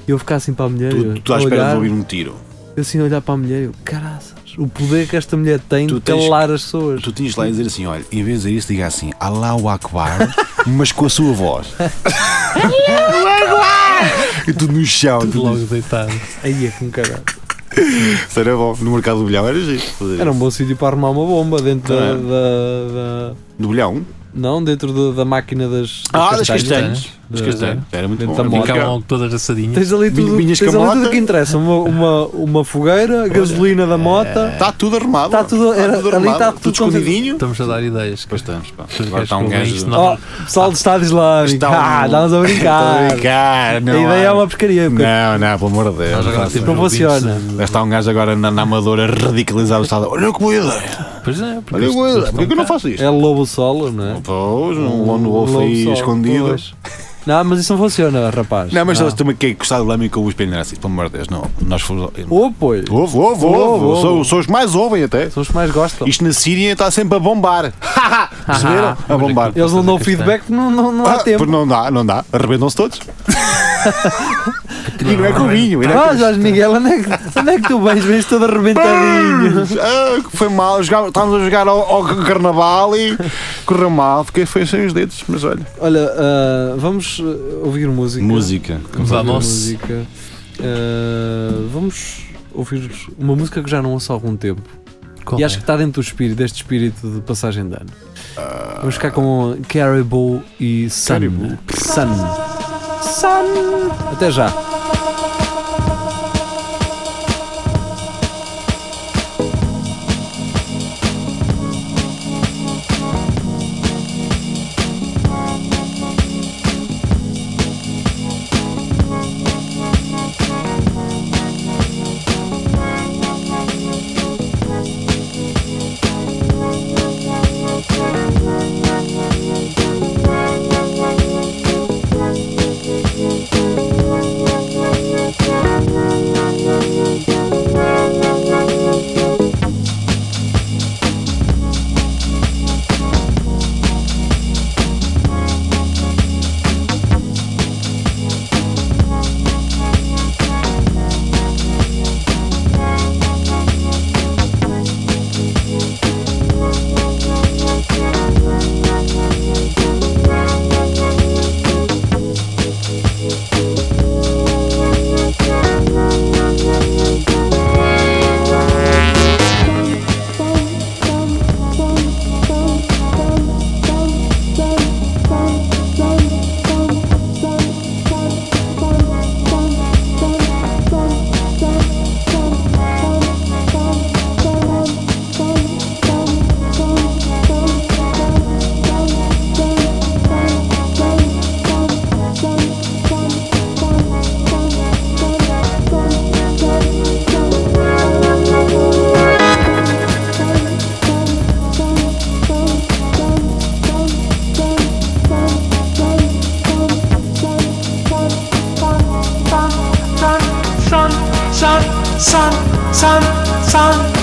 D: E eu ficar assim para a mulher.
B: Tu,
D: eu-
B: tu estás
D: a
B: à espera de
D: olhar.
B: ouvir um tiro.
D: Eu assim a olhar para a mulher, eu, caraças, o poder que esta mulher tem
B: Tu
D: de
B: tens
D: calar as pessoas.
B: Tu tinhas lá a dizer assim: olha, em vez de dizer isso, diga assim, Allahu Akbar, mas com a sua voz. E tudo no chão.
E: Tudo
B: tudo
E: logo deitado.
D: Aí é que me caralho.
B: Isso era bom. No mercado do bilhão era giro. fazer
D: Era
B: isso.
D: um bom sítio para arrumar uma bomba dentro da,
B: Também.
D: da- da-
B: Do bilhão?
D: Não, dentro da, da máquina das.
B: Das castanhas. Era
D: Dentro
B: muito bom.
D: da
B: era muito
D: moto.
E: Ficavam
B: caro.
E: logo todas assadinhas.
D: Tens ali tudo,
B: Vinhas
D: tens ali
B: camota.
D: tudo o que interessa. Uma, uma, uma fogueira, gasolina
B: é.
D: da mota.
B: Está Tá tudo arrumado. Tá
D: Está tudo- era- ali está
B: tudo
D: tudo
B: escondidinho.
E: Estamos a dar ideias.
B: Pois
E: cara.
B: estamos, pá.
E: Os
B: Agora
E: gajos
B: está um
E: ouvem
B: gajo.
E: isto,
B: Está
E: não-
D: Oh, pessoal do Estado Islâmico.
B: um-
D: ah, estamos a brincar.
B: Está a brincar.
D: a ideia é uma porcaria. porque
B: Não, não, pelo amor de Deus.
E: Nós agora
B: não faça
E: temos
D: Não
E: ouvintes
D: funciona.
E: de-
B: isso. Está um gajo agora na, na Amadora radicalizado. Está a dizer, Olha que boa ideia.
E: Pois é, porque
B: Olha
E: eles-
B: que boa
E: eles
B: ideia.
E: estão
B: Porquê que eu não
E: cá.
B: faço isto?
D: É lobo solo, não é?
B: Pois, um lone wolf
D: Lobo
B: aí
D: solo,
B: escondido. Ah.
D: pois. Não, mas isso não funciona, rapaz.
B: Não, mas eles também que gostar do lame com o espelho assim, pelo amor de Deus, não. Nós fomos.
D: Ou, pois.
B: Ouve, ouve,
D: Ouve, ouve.
B: ouve. São- São os que mais ouvem até.
D: São os que mais gostam.
B: Isto na Síria está sempre a bombar. <laughs> Perceberam? A bombar.
D: Eles não dão
E: Fazer questão.
D: feedback porque não, não, não há
B: Ah,
D: tempo.
B: pois não dá, não dá. Arrebentam-se todos. e não é com o vinho. e não é
D: Ah,
B: com-
D: Jorge Miguel, onde é que, onde é que tu vens? Vens todo
B: <laughs>
D: arrebentadinho.
B: Ah, foi mal, jogava- estávamos a jogar ao, ao carnaval e correu mal, fiquei foi sem os dedos, mas olha.
D: Olha, ah, vamos ah, ouvir música.
B: Música.
D: Vamos ouvir
E: Vamos.
D: música. Ah, vamos ouvir uma música que já não ouço há algum tempo.
E: Qual
D: E
E: é?
D: acho que está dentro do espírito, deste espírito de passagem de ano. Vamos ficar com Caribou e Sun.
B: Ah. Caribou.
D: Sun. Sun. Até já.
J: sun, sun, sun.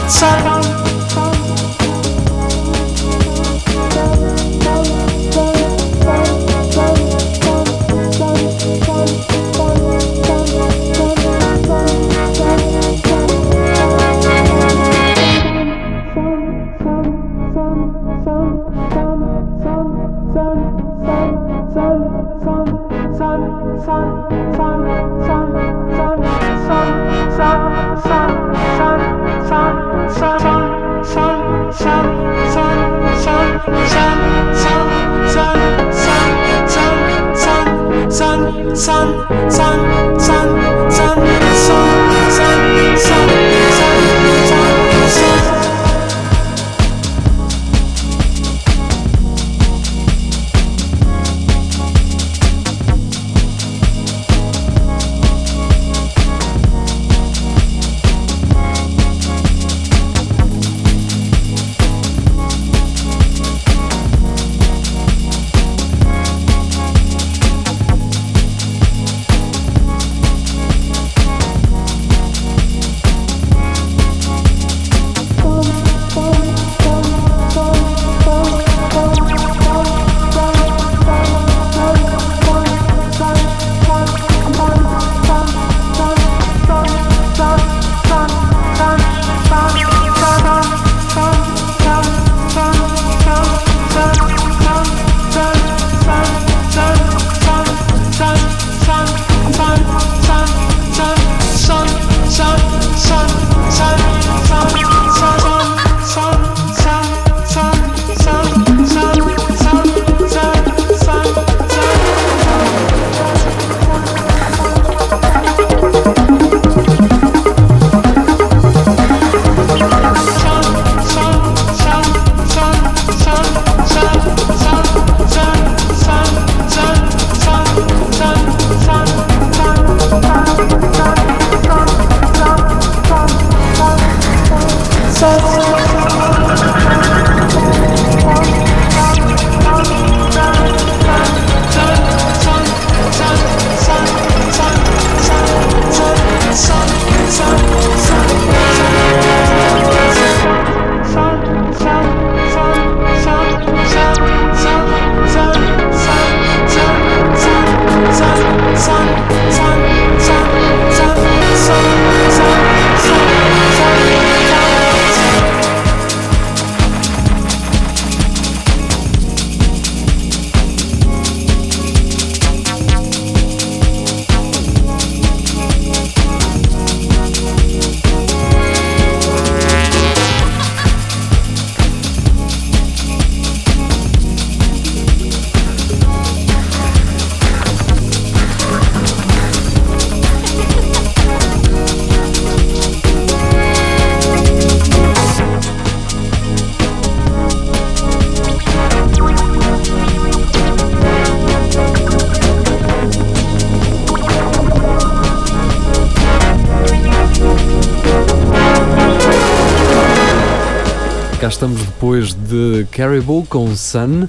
K: Cá estamos depois de Caribou com Sun.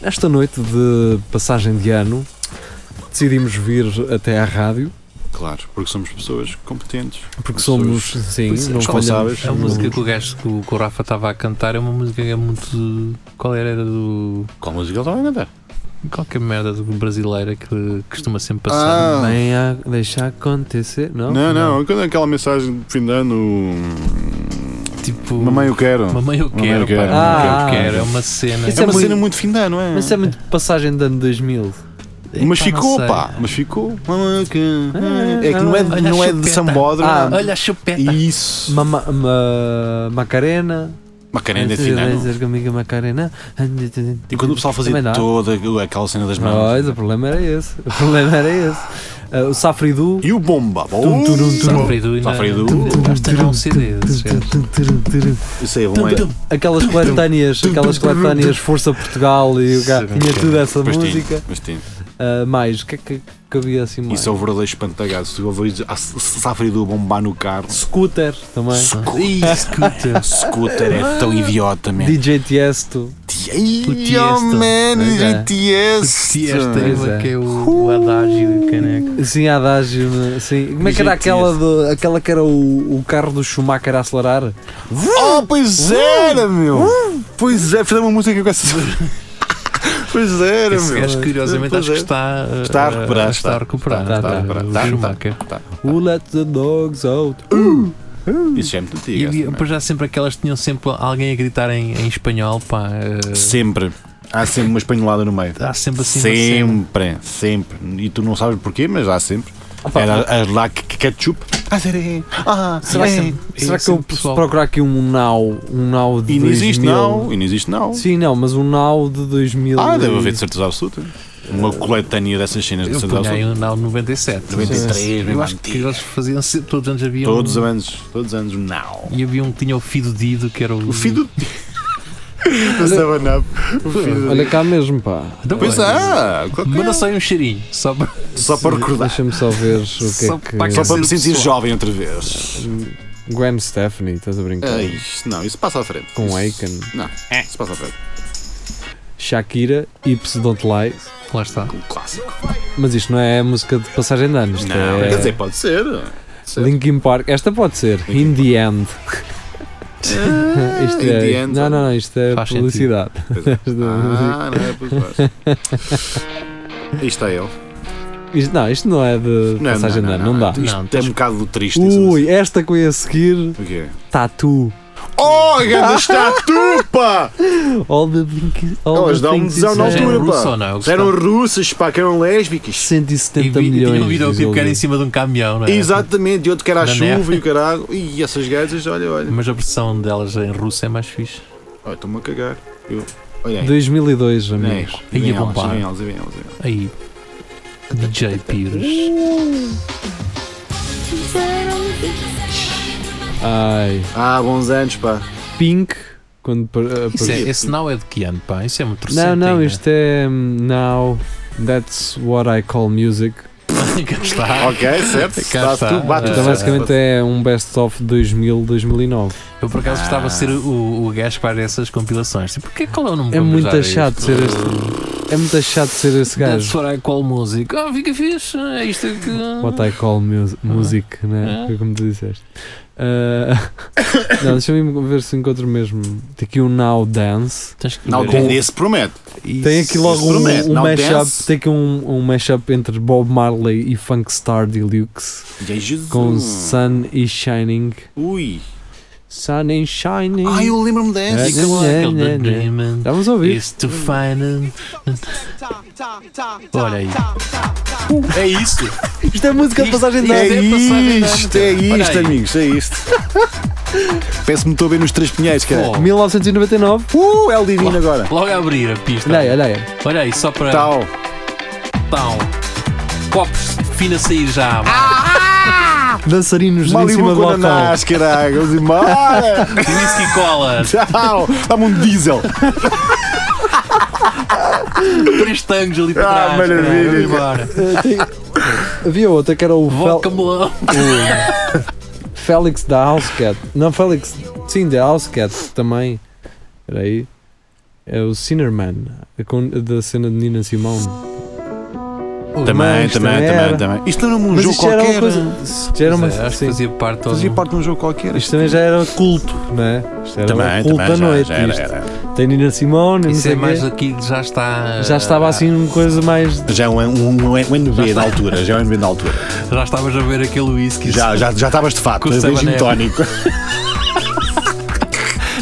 K: Nesta noite de passagem de ano, decidimos vir até à rádio,
B: Claro, porque somos pessoas competentes.
K: porque somos, sim, não falhamos.
D: responsáveis.
E: A música que o gajo que o, que o Rafa estava a cantar é uma música que é muito. Qual era? Era do.
B: Qual música ele estava a cantar?
E: Qualquer merda do- brasileira que costuma sempre passar.
B: Ah.
K: Vem a deixar acontecer, não?
B: Não, não, quando é aquela mensagem de fim de ano. hum,
E: Tipo.
B: Mamãe, eu quero.
E: Mamãe eu
B: Mamãe,
E: quero.
B: eu quero,
E: pá,
K: mamãe, eu
E: mamãe, eu
K: quero.
E: quero. É uma cena.
K: Isso
B: É
K: é
B: uma
K: muito-
B: cena muito fim de ano, é?
K: Mas isso é muito passagem de ano 2000.
B: Mas
E: Epá, não
B: ficou,
E: sei.
B: pá, mas ficou. Mamãe, eu quero.
K: Ah,
B: É que não é, de-
E: olha a
B: não é de
E: chupeta.
B: Sambódromo.
K: Ah,
E: Olha a chupeta.
B: Isso.
K: Mama, ma- Macarena.
B: Macarena é de fim de ano.
K: Dizer comigo Macarena.
B: E quando o pessoal fazia
K: Também dá.
B: toda aquela cena das
K: Pois,
B: mãos.
K: o problema era esse. O problema era esse. Ah, o Safridu.
B: E o bomba. bom.
E: Sofrido e
B: Sofrido.
E: Gasta não né? um CD. desse género.
B: Isso aí, bom, é. <laughs>
K: Aquelas coletâneas, aquelas coletâneas Força Portugal e o gato
E: Sim,
K: tinha tudo essa
B: Mas tinha,
K: música.
B: mas tinha.
K: Ah, mais, o que é que, que havia assim mais?
B: Isso é o verdadeiro espantagado. Se tu ouvires a s- Safrido bombar no carro,
K: Scooter também.
B: Scooter. <laughs> Scooter é
E: Ah.
B: tão idiota, man.
K: DJ Tiesto.
B: Ei,
E: Tiesto.
B: oh, man,
K: Pois é.
B: DJTS.
E: Esta é
K: Pois
E: uma
K: é.
E: que é o o adágio e caneco.
K: assim,
D: Sim, adágio, né? sim. Como é que era aquela, do- aquela que era o, o carro do Schumacher a acelerar?
B: Oh, pois
E: Uh.
B: era, meu! Pois é, fizemos uma música
E: <laughs>
B: com essa. pois era,
E: Esse
B: meu!
E: gajo, curiosamente,
B: Pois
E: acho que
B: é.
E: está, uh,
B: Está a recuperar,
E: Está a recuperar.
D: está, está a
B: recuperar.
E: O
B: Está,
E: Schumacher.
D: Who let the dogs out?
B: Isso é muito
E: E
B: antigo.
E: havia,
B: essa
E: pois já sempre aquelas que tinham sempre alguém a gritar em, em espanhol, pá. eh,
B: também. Sempre. Há sempre uma espanholada no meio.
E: Há sempre assim uma cena.
B: Sempre, sempre. E tu não sabes porquê, mas há sempre. Era as lá que que ketchup. Ah, será? Ah,
D: Será,
B: é.
D: que, será
E: é
D: que eu
E: sempre pessoal.
D: procurar aqui um now, um now de
B: E não
D: 2000?
B: existe, não. E não existe, não.
D: Sim, não, mas um now de 2000.
B: Ah, deve
D: e-
B: haver de certeza absoluta. Uma coletânea dessas cenas de
E: Eu
B: certeza
E: punha aí
B: absoluta.
E: um Nau 97.
B: 93,
E: Eu
B: mesmo
E: acho que
B: antiga.
E: eles faziam sempre, todos os anos havia
B: Todos os
E: um.
B: anos, todos os anos, não.
E: E havia um que tinha o Fido Dido, que era o.
B: O filho do. Passava na. O filho do.
D: Olha cá mesmo, pá.
E: Então,
B: Pois é,
E: Manda só aí um cheirinho, só para.
B: só para recordar.
D: Deixa-me só ver o que
E: Só
D: é que.
E: para
B: Só para me sentir jovem outra vez.
D: Gwen Stephanie, estás a brincar?
B: É isso, não, isso passa à frente.
D: Com
B: Aiken.
D: Aiken,
B: Não, isso passa à frente.
D: Shakira, Ips Don't Lie.
E: <laughs> Lá está.
B: Um clássico.
D: Mas isto não é música de passagem de anos. isto
B: Não,
D: é
B: quer dizer, pode ser.
D: Linkin Park. Esta pode ser. In the End. Isto
B: Ah, In
D: é-
B: the end.
D: não, não, não, isto é
E: Faz sentido.
D: publicidade.
B: Pois é.
D: Isto-
B: Ah, não é por baixo. Aí está é ele.
D: Isto, não, isto não é de
B: Não,
D: passagem
B: não,
D: de ano,
B: não,
D: não, dá.
E: Não,
B: Isto é um bocado triste. isso,
D: Ui, esta que eu ia seguir,
B: mas- O quê?
D: Tatu.
B: <laughs> Oh, ganda estatupa!
D: All the Blink- all
B: Elas
D: the
B: dão um
D: things
B: desão na
D: is-
E: Já eram
B: altura,
E: russas ou
B: pá.
E: não?
B: Já Eram russas, pá, que eram lésbicas.
D: 170
E: vi-
D: milhões.
E: Tinha um videoclipe que era em
D: visualizações.
E: cima de um caminhão, não é?
B: Exatamente, e outro que era a
E: Na
B: chuva
E: neve.
B: e o caralho. E essas gajas, olha, olha.
E: Mas a versão delas em russo é mais fixe.
B: Olha, estou-me a cagar. Eu, olha aí.
D: 2002,
E: é
B: Vem
D: amigos.
B: elas, vem
E: Ia
B: elas,
E: bombar.
B: vem elas, vem elas, vem elas.
E: Aí. DJ Pires.
D: Ai.
B: Ah, bons anos, pá.
D: Pink, quando par- eh,
E: Isso é,
D: apareceu.
E: esse não é de que ano, pá? Isso é muito recente.
D: Não, não,
E: ainda.
D: isto é. hum, Now, that's what I call music.
E: <laughs> Cá está.
B: Ok, certo.
E: Cá
B: Está
E: está.
B: tudo bate
E: Ah,
D: Então,
E: sim,
D: basicamente é um best-of 2000-2009.
E: Eu por acaso gostava de ser o, o gajo que faz essas compilações. Tipo, que, qual é o nome
D: Ah. É muito chato ser este. É muito chato ser esse
E: That's
D: gajo.
E: what I call music. Ah, fica fixe. É isto que.
D: What I call mu- music, né?
E: Ah.
D: Foi Como tu disseste. Ah, <laughs> não, deixa-me ver se encontro mesmo. Tem aqui um Now Dance.
E: Tens que
B: Não,
E: ver.
B: tem esse promete.
D: Tem aqui logo
B: isso
D: um,
B: promete.
D: um
B: Now
D: mashup.
B: Dance.
D: Tem aqui um, um mashup entre Bob Marley e Funkstar Deluxe.
B: E aí, Jesus.
D: Com Sun is Shining.
B: Ui.
D: Sun is Shining.
B: Ah, eu lembro-me
D: É.
B: dessa.
E: Fica lá,
D: Né,
E: aquele
D: né, né.
E: da Dreamin'.
D: Vamos ouvir.
E: Is to find Olha aí.
B: É isto.
D: Isto é música de passagem de
B: É
D: ano.
B: isto, é isto,
E: Olha aí.
B: amigos, é <laughs> isto. Parece-me estou a ver nos Três Pinheiros, cara.
D: 1999.
B: É. Uh, é o divino agora.
E: Logo a abrir a pista.
D: Olha aí, olha aí.
E: Olha aí, só para.
B: Tal.
E: Tal. Copos fina a sair já.
B: Ah.
D: Dançarinos
B: Mal
D: em
B: e
D: cima
B: uma
D: do
B: com
D: balcão.
B: <laughs> ananás, caralho. Vamos embora.
E: Whisky
B: <laughs>
E: cola.
B: Tchau. Dá-me um diesel.
E: Prestangos ali para
B: Ah,
E: trás. caralho,
B: maravilha.
E: vamos embora.
D: Havia outra que era o Fel-
E: Vodka melão.
D: Félix da House Cat. Não, Félix, sim, da House Cat também. Espera aí. É o Sinnerman, a con- da cena de Nina Simone.
B: Também,
D: Mas também
B: também,
D: era.
B: também, também. Isto era um
D: Mas
B: jogo
D: isto já era uma
B: qualquer.
D: coisa. Já era uma,
E: Pois é, Acho que
D: sim.
E: fazia parte de
B: Fazia
E: algum-
B: parte de um jogo qualquer.
D: Isto também já era um culto, não é? Isto era
B: Também,
D: um culto
B: também,
D: à
B: já-
D: noite.
B: já era,
D: isto.
B: era.
D: Tem Nina Simone, não
E: Isso
D: sei
E: é
D: quê.
E: mais aqui que já está. eh,
D: Já estava assim uma coisa mais.
B: Já é um, um, um NB da altura, já é um NB da altura.
E: Já estavas a ver aquele whisky.
B: Já, já, já estavas de fato,
E: Com
B: a vez
E: sabané.
B: tónico. <laughs>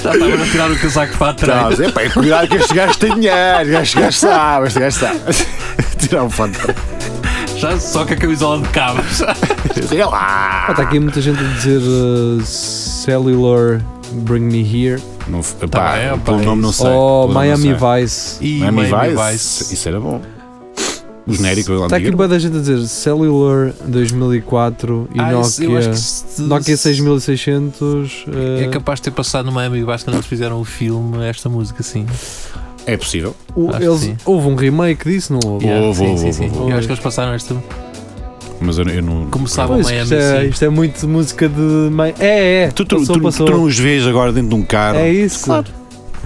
E: Já estavas a tirar o casaco para
B: Tá,
E: trás.
B: é pá, cuidado que este gajo tem dinheiro, este gajo sabe, este gajo sabe. <laughs> Tirar um foto.
E: Já só com a camisola de
B: <laughs>
E: cabos.
B: Sei lá.
D: Está aqui muita gente a dizer uh, Cellular Bring Me Here
B: Não, f-
E: Tá
B: pá,
D: é,
E: bem,
B: pelo
E: pá,
B: nome não
E: isso.
B: sei.
D: ou
B: pelo nome não
D: Oh, Miami
B: sei.
D: Vice.
E: E
B: Miami, Vice?
E: Vice.
B: Isso era bom. O genérico
D: Está Tá aqui boa da gente a dizer Cellular 2004
B: é
D: e
E: Ah, isso- eu acho
D: Nokia.
E: que se-
D: Nokia 6600.
E: É
D: eh,
E: capaz de ter passado no Miami Vice quando eles fizeram o filme, esta música, sim.
B: É possível.
D: o-
E: acho que
D: eles-
E: sim.
D: houve um remake disso, não houve?
B: Yeah. Vou, vou,
E: sim, sim,
B: vou,
E: sim.
B: vou,
D: vou.
E: Eu acho que eles passaram esta.
B: Mas eu, eu não.
E: Começava
D: Pois,
E: Miami,
D: isto, é,
E: sim.
D: isto é muito música de. Mãe. É, é.
B: Tu, tu,
D: passou,
B: tu,
D: passou.
B: tu não os vês agora dentro de um carro.
D: é isso.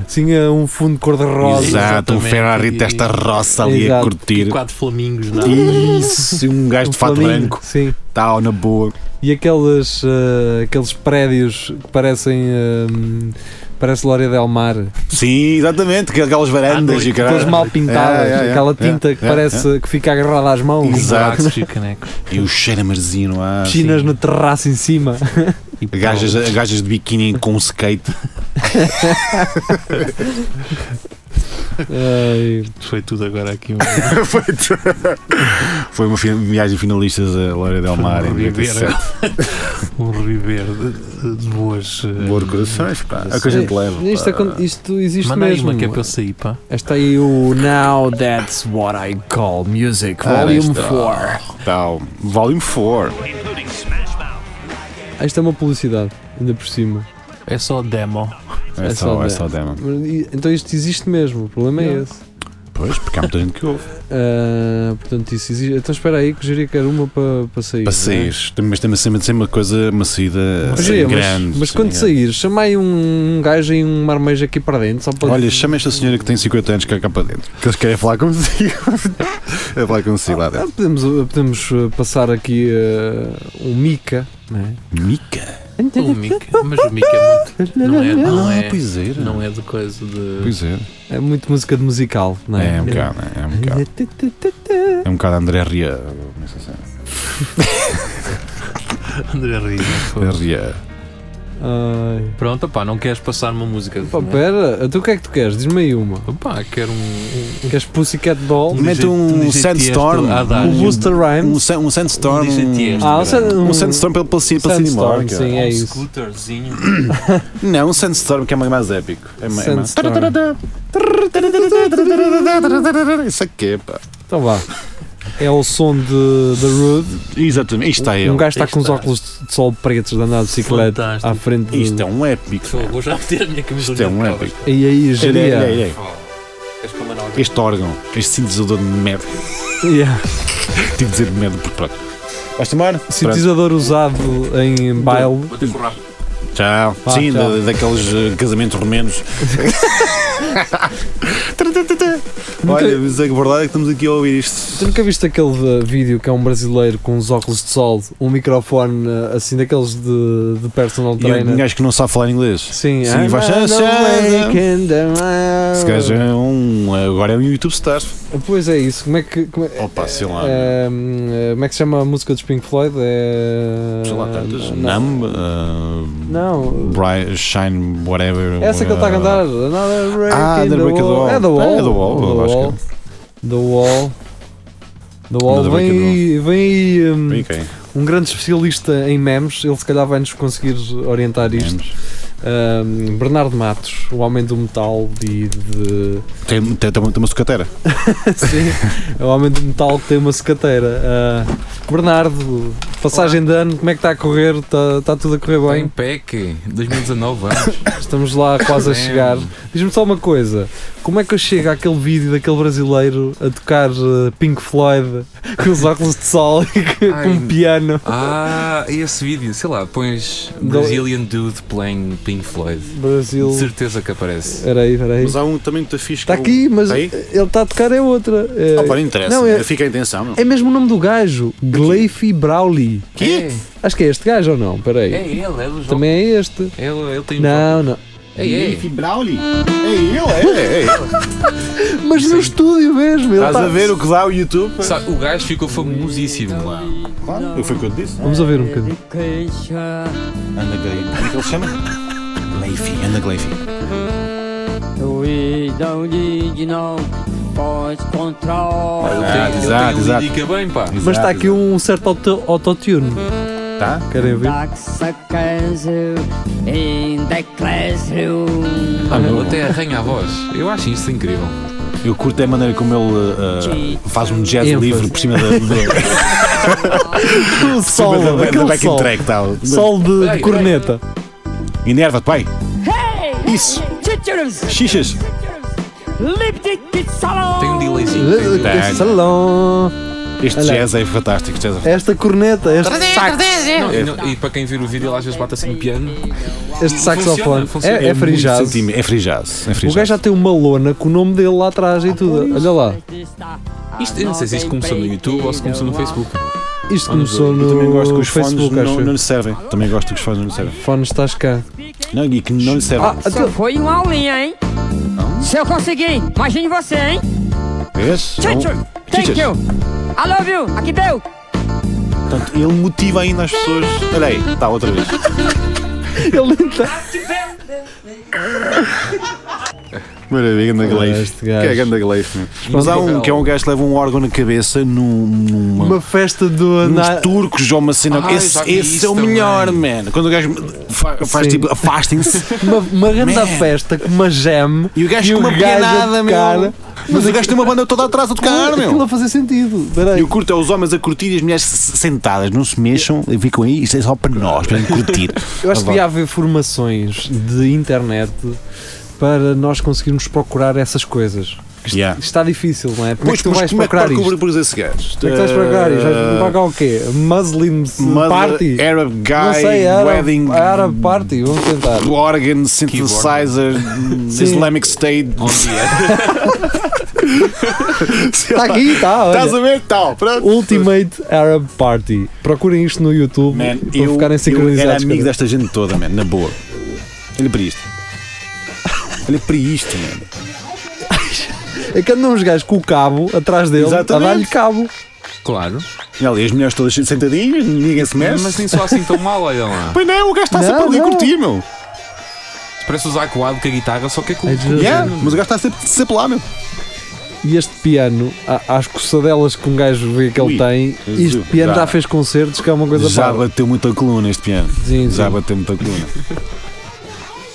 D: tinha um fundo cor-de-rosa.
B: Exato, um
E: Exatamente.
B: Ferrari desta roça ali a
D: Exato.
B: curtir.
E: Quatro flamingos, não
B: Isso, e um gajo
D: um
B: de fato
D: flamingo,
B: branco.
D: Sim.
B: Tá, na boa.
D: E aqueles, eh, aqueles prédios que parecem. eh, parece Lória Del Mar.
B: Sim, exatamente, que aquelas varandas e
D: Aqueles
B: caralho.
D: mal pintadas.
B: É, é, é,
D: aquela
B: é,
D: tinta que
B: é,
D: parece que fica agarrada às
E: Um
D: mãos.
B: Exato.
E: Buracos e canecos.
B: E o cheiro a marzinho, no ar.
D: Piscinas no terraço em
B: <laughs>
D: cima.
E: E
B: Gajas, gajas de biquíni com um skate.
D: Ai,
E: Foi tudo agora aqui. Um... <laughs>
B: <laughs> Foi Foi uma fi- viagem finalistas a Loira Del Mar em
D: né?
E: Viver.
B: 97.
E: um reviver de, de boas. eh,
B: Boa corações, pá. É o que a gente leva.
D: Isto,
B: pá.
D: acon- isto existe
E: Manda aí
D: mesmo.
E: uma que é para eu sair, pá.
D: Esta aí o Now That's What I Call Music
B: Ah,
D: Volume
B: esta.
D: 4.
B: Tal. Volume 4.
D: Esta é uma publicidade, ainda por cima.
E: É só demo.
B: É,
D: É
B: só,
D: só
B: é
D: demo.
B: só demo.
D: Mas, e- Então isto existe mesmo, o problema é esse.
B: Pois, é. porque há muita gente que ouve.
D: Ah, portanto, isso existe. Então espera aí que eu diria que era uma para pa sair.
B: Para
D: não é?
B: sair, mas também sempre sempre uma coisa macida
D: Mas, Gê, mas-
B: grande.
D: mas,
B: sim,
D: quando
B: é.
D: sair, chamai um gajo e um marmejo aqui para dentro, só para.
B: Olha, chama esta senhora que tem 50 anos que é cá para dentro. Que eles querem falar consigo. <laughs> é falar consigo lá
D: Ah,
B: dentro.
D: podemos, podemos eh, passar aqui eh, um Mica, não é?
B: Mica.
E: O Mickey, mas o Mickey é muito. Não é,
B: <laughs>
E: não é,
B: Ah, Pois era.
E: não é de coisa de.
B: Pois era.
D: É muito música de musical, não é?
B: É um bocado, é um bocado. É um bocado André Ria. nessa cena.
E: André Riga.
B: André Ria.
D: Ai.
E: Pronto, pá, não queres passar uma música de.
D: Pá, pera, então o que é que tu queres? Diz-me aí uma.
E: Pá, quero um. um-
D: Queres Pussycat Doll?
B: Mete
E: DJ
B: um
E: Tiesto
B: Sandstorm.
E: a dar.
D: O
E: um-
D: Booster
B: Um,
D: Rhymes?
B: san- um Sandstorm.
E: Um DJ Tiesto.
D: Ah, um san-
B: Um
D: um-
B: Sandstorm para para si- para
D: Sandstorm,
B: Cinemark.
D: sim,
E: um
D: é isso.
E: scooterzinho.
B: Não, um Sandstorm que é mais- mais épico. É mais- é mais-
D: Sandstorm.
B: Isso é que é, pá.
D: Então vá. É o som de The Rude.
B: Exatamente, isto é ele.
D: Um gajo está com os
E: Está.
D: óculos de sol pretos de andar de bicicleta
E: Fantástico.
D: à frente de...
B: Isto é um épico.
E: Pô, Vou já meter a minha
B: Isto é
E: camisola
B: um
E: de cabras.
D: E
B: épico.
D: aí,
B: Ele é,
D: geria.
B: ele é, ele é.
E: Queres que eu mande alguém?
B: Este órgão, este sintetizador de medo.
D: Yeah.
B: Tive de dizer de medo porque pronto. Vais tomar?
D: Sintetizador usado em baile.
L: Vou ter forrar.
B: Pronto. Tchau.
D: Vá,
B: Sim,
D: tchau.
B: da- daqueles eh, casamentos
D: <laughs>
B: romenos. Olha, mas a verdade é que estamos aqui a ouvir isto.
D: Tu nunca viste aquele uh, vídeo que é um brasileiro com uns óculos de sol, um microfone uh, assim daqueles de, de personal
B: E é um
D: trainer?
B: gajo que não sabe falar inglês.
D: Sim,
B: Sim,
D: I'm
B: vai-
D: an American Dad.
B: Esse gajo
D: Ah.
B: é um. Agora é um YouTube star.
D: Pois é isso, como é que. Como é,
B: Opa, sei lá. né?
D: é, hum, como é que se chama a música dos Pink Floyd? É,
B: Sei lá, tantas.
D: Não.
B: Numb. eh,
D: não.
B: Bright, shine, whatever.
D: É Essa que ele está a
B: eh,
D: cantar. Another break
B: Ah,
D: in
B: The
D: the,
B: Break in the
D: wall.
B: Wall.
D: É The Wall.
B: É The Wall, eu acho que é.
D: The Wall. The Wall.
B: Another Break
D: Vem
B: in the
D: aí, vem aí hum,
B: Bem, quem?
D: um grande especialista em memes. Ele se calhar vai nos conseguir orientar isto. Hum, Bernardo Matos, o homem do metal e
B: <laughs>
D: de
B: Tem, tem, tem, uma- tem uma sucateira.
D: Sim, é o homem de metal que tem uma secateira. Ah, Bernardo, passagem de ano, como é que está a correr? Está está tudo a correr
F: Está
D: bem?
F: em PEC, 2019
B: <laughs>
F: anos.
D: Estamos lá quase a
F: Bem.
D: chegar. Diz-me só uma coisa: como é que eu chego àquele vídeo daquele brasileiro a tocar ah, Pink Floyd com os óculos de sol <laughs> e com
F: Ai.
D: um piano?
F: Ah, e esse vídeo, sei lá, pões
D: Do-
F: Brazilian Dude playing Pink Floyd.
D: Brasil.
F: De certeza que aparece.
D: Espera aí, espera aí.
B: há um também muito fixe.
D: Está Tá aqui, mas
B: Aí?
D: ele está a tocar é outra. É,
B: Opa, não interessa. eh,
D: Não, é-
B: Fica a intenção. Não.
D: é mesmo o nome do gajo: Gleify Brawley.
B: Quê?
D: Acho que é este gajo ou não? Espera
F: É,
D: aí.
F: é ele, é dos
D: Também é este.
E: então.
F: Ele, ele tem.
D: Não, não.
F: Ei, ei.
B: Brauli? É ele, é, é ele.
D: Mas no estúdio mesmo. Ele
B: Estás
D: tá...
B: a ver o que dá o YouTube?
F: Sabe, o gajo ficou famosíssimo.
B: Claro, foi o que eu te disse.
D: Vamos ouvir um bocadinho.
B: Anda Gleify. Como é que ele se chama? Gleify, anda Gleify.
F: Ele
B: Ah,
F: tem,
B: exato,
F: ele tem
B: exato.
F: um lírica bem, pá.
D: Mas está aqui um certo auto- autotune.
B: Tá?
D: Querem ouvir?
F: Ah, meu, até arranha a voz. Eu acho isto incrível.
B: Eu curto é a maneira como ele ah, faz um jazz
D: Ênfase.
B: livre por cima da,
D: <laughs>
B: da, por
D: O sol,
B: cima da, da
D: aquele
B: backing
D: sol.
B: track. Tá?
D: Sol de, de
F: Ei,
D: corneta.
B: Enerva-te, pai. Isso. Xixas.
F: Tem um delayzinho.
D: Eh,
F: tem um delay.
D: que Salão.
B: Este
D: Olha.
B: jazz é fantástico. Jazz é fantástico.
D: Esta corneta, este sax,
E: Não, e não- e para quem vir o vídeo, ele às vezes bate assim no piano.
D: este saxofone.
E: Funciona, funciona.
D: É, é free
B: muito
D: jazz.
B: sentime- É free jazz. É free
D: O gajo
B: jazz.
D: já tem uma lona com o nome dele lá atrás e
B: Ah,
D: tudo. Olha lá.
E: Isto, eu não sei se isto começou no YouTube ou se começou no Facebook.
D: Isto
E: Olha,
D: começou
B: Eu também gosto que
D: no
B: os fones
D: Facebook,
B: não,
D: acho.
B: não
D: eu.
B: lhe servem. Também gosto que os fones não lhe servem.
D: Fones estás cá.
B: Não, e que não lhe servem.
D: Ah, então-
F: Foi uma aulinha, hein? Se eu conseguir, imagine você, hein?
B: Vês? Não-
F: Teacher, thank
B: Então, Teachers.
F: you. I love you. Aqui deu.
B: Portanto, ele motiva ainda as pessoas. Olha aí, está outra vez.
D: Ele nem tá.
B: Maravilha, ganda
D: Ah,
B: Gleif.
D: este
B: Que
D: gajo.
B: é ganda Gleif, meu. Mas há um que é um gajo que leva um órgão na cabeça num, numa,
D: Uma festa do.
B: nos
D: Na...
B: turcos ou uma cena.
E: Ah, eu
B: esse
E: já vi
B: esse
E: isso
B: é o
E: também.
B: melhor, man. Quando o gajo fa- faz
D: Sim.
B: tipo,
D: <laughs>
B: afastem-se.
D: Uma, uma grande
B: Man.
D: festa com uma jam.
B: E o gajo com uma
D: gajo a
B: pianada,
D: tocar.
B: meu. Mas o gajo tem uma banda toda atrás a tocar,
D: Aquilo
B: meu.
D: a fazer sentido. Peraí.
B: E o curto é os homens a curtir e as mulheres s- sentadas, não se mexam e ficam aí. Isto é só para nós, para curtir.
D: <laughs> Eu acho que
B: Ah,
D: devia haver formações de internet para nós conseguirmos procurar essas coisas.
B: Yeah.
D: Está difícil, não é? Como é
B: Pois,
D: que tu
B: mas
D: vais
B: como é que
D: procurar isto?
B: procuras esse gajo?
D: Como é que tu vais procurar isto? Vais pagar o quê? Muslims
B: Eh, Mother,
D: Party?
B: Arab Guy,
D: não sei, é Arab,
B: Wedding,
D: Arab Party, vamos tentar.
B: Organ, Synthesizer, Islamic State. <laughs>
D: Está Tá aqui, está,
B: <laughs> Estás a
D: olha.
B: ver? Tal, pronto.
D: Ultimate Arab Party. Procurem isto no YouTube
B: Man,
D: para ficarem
B: eu, eu era
D: sincronizados.
B: amigo
D: cara.
B: desta gente toda, man, na boa. Olha para isto. Olha para isto, man.
D: É que andam uns gajos com o cabo atrás dele
B: Exatamente.
D: a dar-lhe cabo.
M: Claro.
B: E ali as mulheres todas sentadinhas, ninguém se mexe.
E: Mas nem só assim tão mal, olha lá.
B: Pois não, o gajo está
D: Não,
B: sempre ali a
D: não.
B: curtir, meu.
E: Parece usar coado com a guitarra, só que é com.
D: Ai, Jesus.
B: Yeah, mas o gajo está sempre, sempre lá, meu.
D: E este piano, a- às coçadelas que um gajo vê que ele
B: Ui,
D: tem, este
B: Jesus.
D: piano já,
B: Já.
D: fez concertos que é uma coisa
B: Já
D: parva.
B: bateu muita coluna este piano.
D: Sim,
B: Já
D: sim.
B: bateu muita coluna.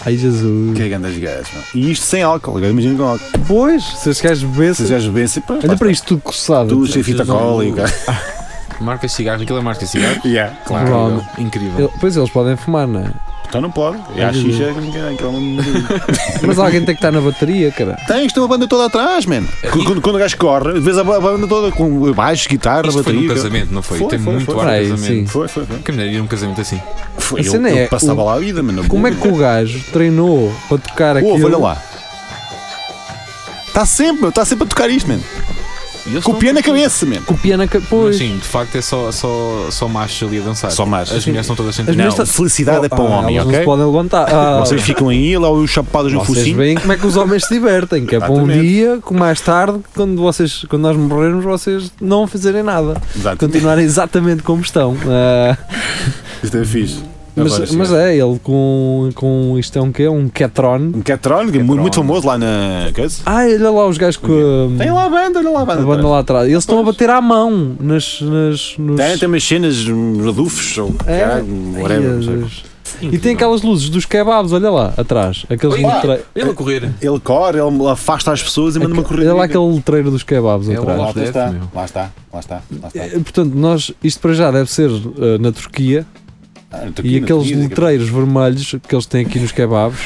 D: Ai Jesus.
B: que é grandes gajos, meu. E isto sem álcool, agora imagina com álcool.
D: Pois, se este gajo
B: Se os
D: bebesse.
B: gajos bebessem, pá,
D: Olha para isto tudo coçado.
B: Tu, sem fita cola e o gajo.
E: <laughs> Marca cigarro, aquilo é marca cigarro.
B: Yeah, claro.
D: Claro.
E: Incrível.
D: Ele- Pois eles podem fumar, não é?
B: Então não pode. É a xixa que ninguém- que ela não-
E: <laughs>
D: Mas alguém tem que estar na bateria, cara.
B: Tens, tem é uma banda toda atrás, man.
E: É.
B: Quando, quando, quando o gajo corre, vês a ba- a banda toda com baixo, guitarra,
E: Isto foi
B: bateria.
E: num casamento, não foi?
B: Foi,
E: Tem
B: foi,
E: muito
B: foi.
E: ar
D: Peraí,
E: de casamento.
D: é sim.
B: Foi, foi, foi.
E: Que mulher ir a um casamento assim.
B: Foi,
D: A
B: ele,
D: cena
B: ele
D: é,
B: passava
D: o-
B: lá a vida, mano.
D: Como é que o gajo treinou para tocar aquilo?
B: Ouve, olha lá. Está sempre, está sempre a tocar isto, mano.
E: E eles
B: Com o
E: estão-
B: piano na cabeça, mano.
D: Com o piano a ca-
E: Mas
D: Pois.
E: sim, de facto é só, só, só machos ali a dançar.
B: Só machos.
E: As mulheres estão todas
D: As
E: sentadas.
D: mulheres
B: Não, felicidade é para o
D: Ah,
B: homem,
D: elas
B: ok?
D: não se podem levantar. Ah,
B: Vocês ficam aí, lá os chapados no
D: vocês
B: focinho.
D: veem como é que os homens se divertem, que é para um
B: Exatamente.
D: dia, que mais tarde, quando, vocês, quando nós morrermos, vocês não fazerem nada.
B: Exato.
D: Continuarem exatamente como estão. Ah,
B: Isto é fixe. Agora,
D: mas,
B: sim.
D: mas é, ele com, com isto é um quê? Um Catron.
B: Um Catrónico, muito famoso lá na. coisa.
D: Ah, olha lá os gajos com ah,
B: Tem lá a banda, olha lá a
D: a
B: banda.
D: banda
B: atrás.
D: lá atrás. Eles estão a bater à mão nas. nas nos...
B: Tem, tem umas cenas hum, redufos ou
D: É.
B: caralho, whatever. não sei.
D: Jesus. E tem aquelas luzes dos kebabs, olha lá, atrás. Aqueles
E: Oi, pá,
D: letre...
E: Ele a correr.
B: Ele corre, ele afasta as pessoas e manda uma corrida.
D: Olha é lá aquele letreiro dos kebabs
E: É o
D: atrás.
E: Olá.
B: Lá
E: Lá
B: está,
E: deve, meu.
B: lá está, lá está, lá está.
D: Eh, Portanto, nós, isto para já deve ser eh, na Turquia
B: Ah, eu tô aqui
D: e
B: na
D: aqueles
B: Turquia, daqui a
D: letreiros vermelhos que eles têm aqui nos
B: <laughs>
D: kebabs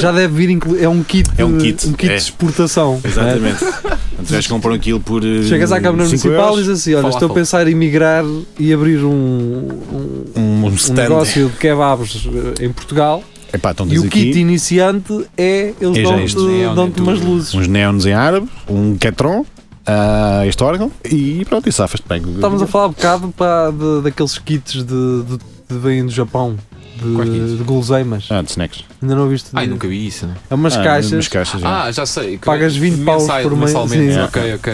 D: já deve vir. inclu- É um kit,
B: É um kit,
D: de
B: é.
D: exportação.
B: pouco. Exatamente. Portanto, Os gajos compram aquilo por. eh,
D: É. Chegas à Câmara
B: cinco
D: Municipal e
B: euros,
D: dizes assim: Olha, estou a
E: Falafel.
D: pensar em emigrar e abrir um, um,
B: um, um
D: um
B: stand.
D: negócio de kebabs eh, em Portugal.
B: Epá, então
D: E
B: tens
D: o kit
B: aqui
D: iniciante é eles
B: É já
D: dão-te
B: isto.
E: Neon
D: dão-te
E: e
D: umas
E: tudo.
D: luzes.
B: uns neons em árabe, um Catron, ah, este órgão e pronto, e safas-te bem.
D: Estávamos a falar um bocado pá, de- daqueles kits de, de, de vêm do Japão,
E: Quais
D: de,
E: kits?
D: de guloseimas.
B: Ah, de snacks.
D: Ainda não viste?
E: Ai,
D: nenhum.
E: nunca vi isso.
D: É umas
B: Ah,
D: caixas.
B: umas caixas, é.
E: Ah, já sei. que-
D: Pagas 20 paus
E: mensal-
D: por mês,
E: Mensalmente,
D: sim.
E: ok, ok.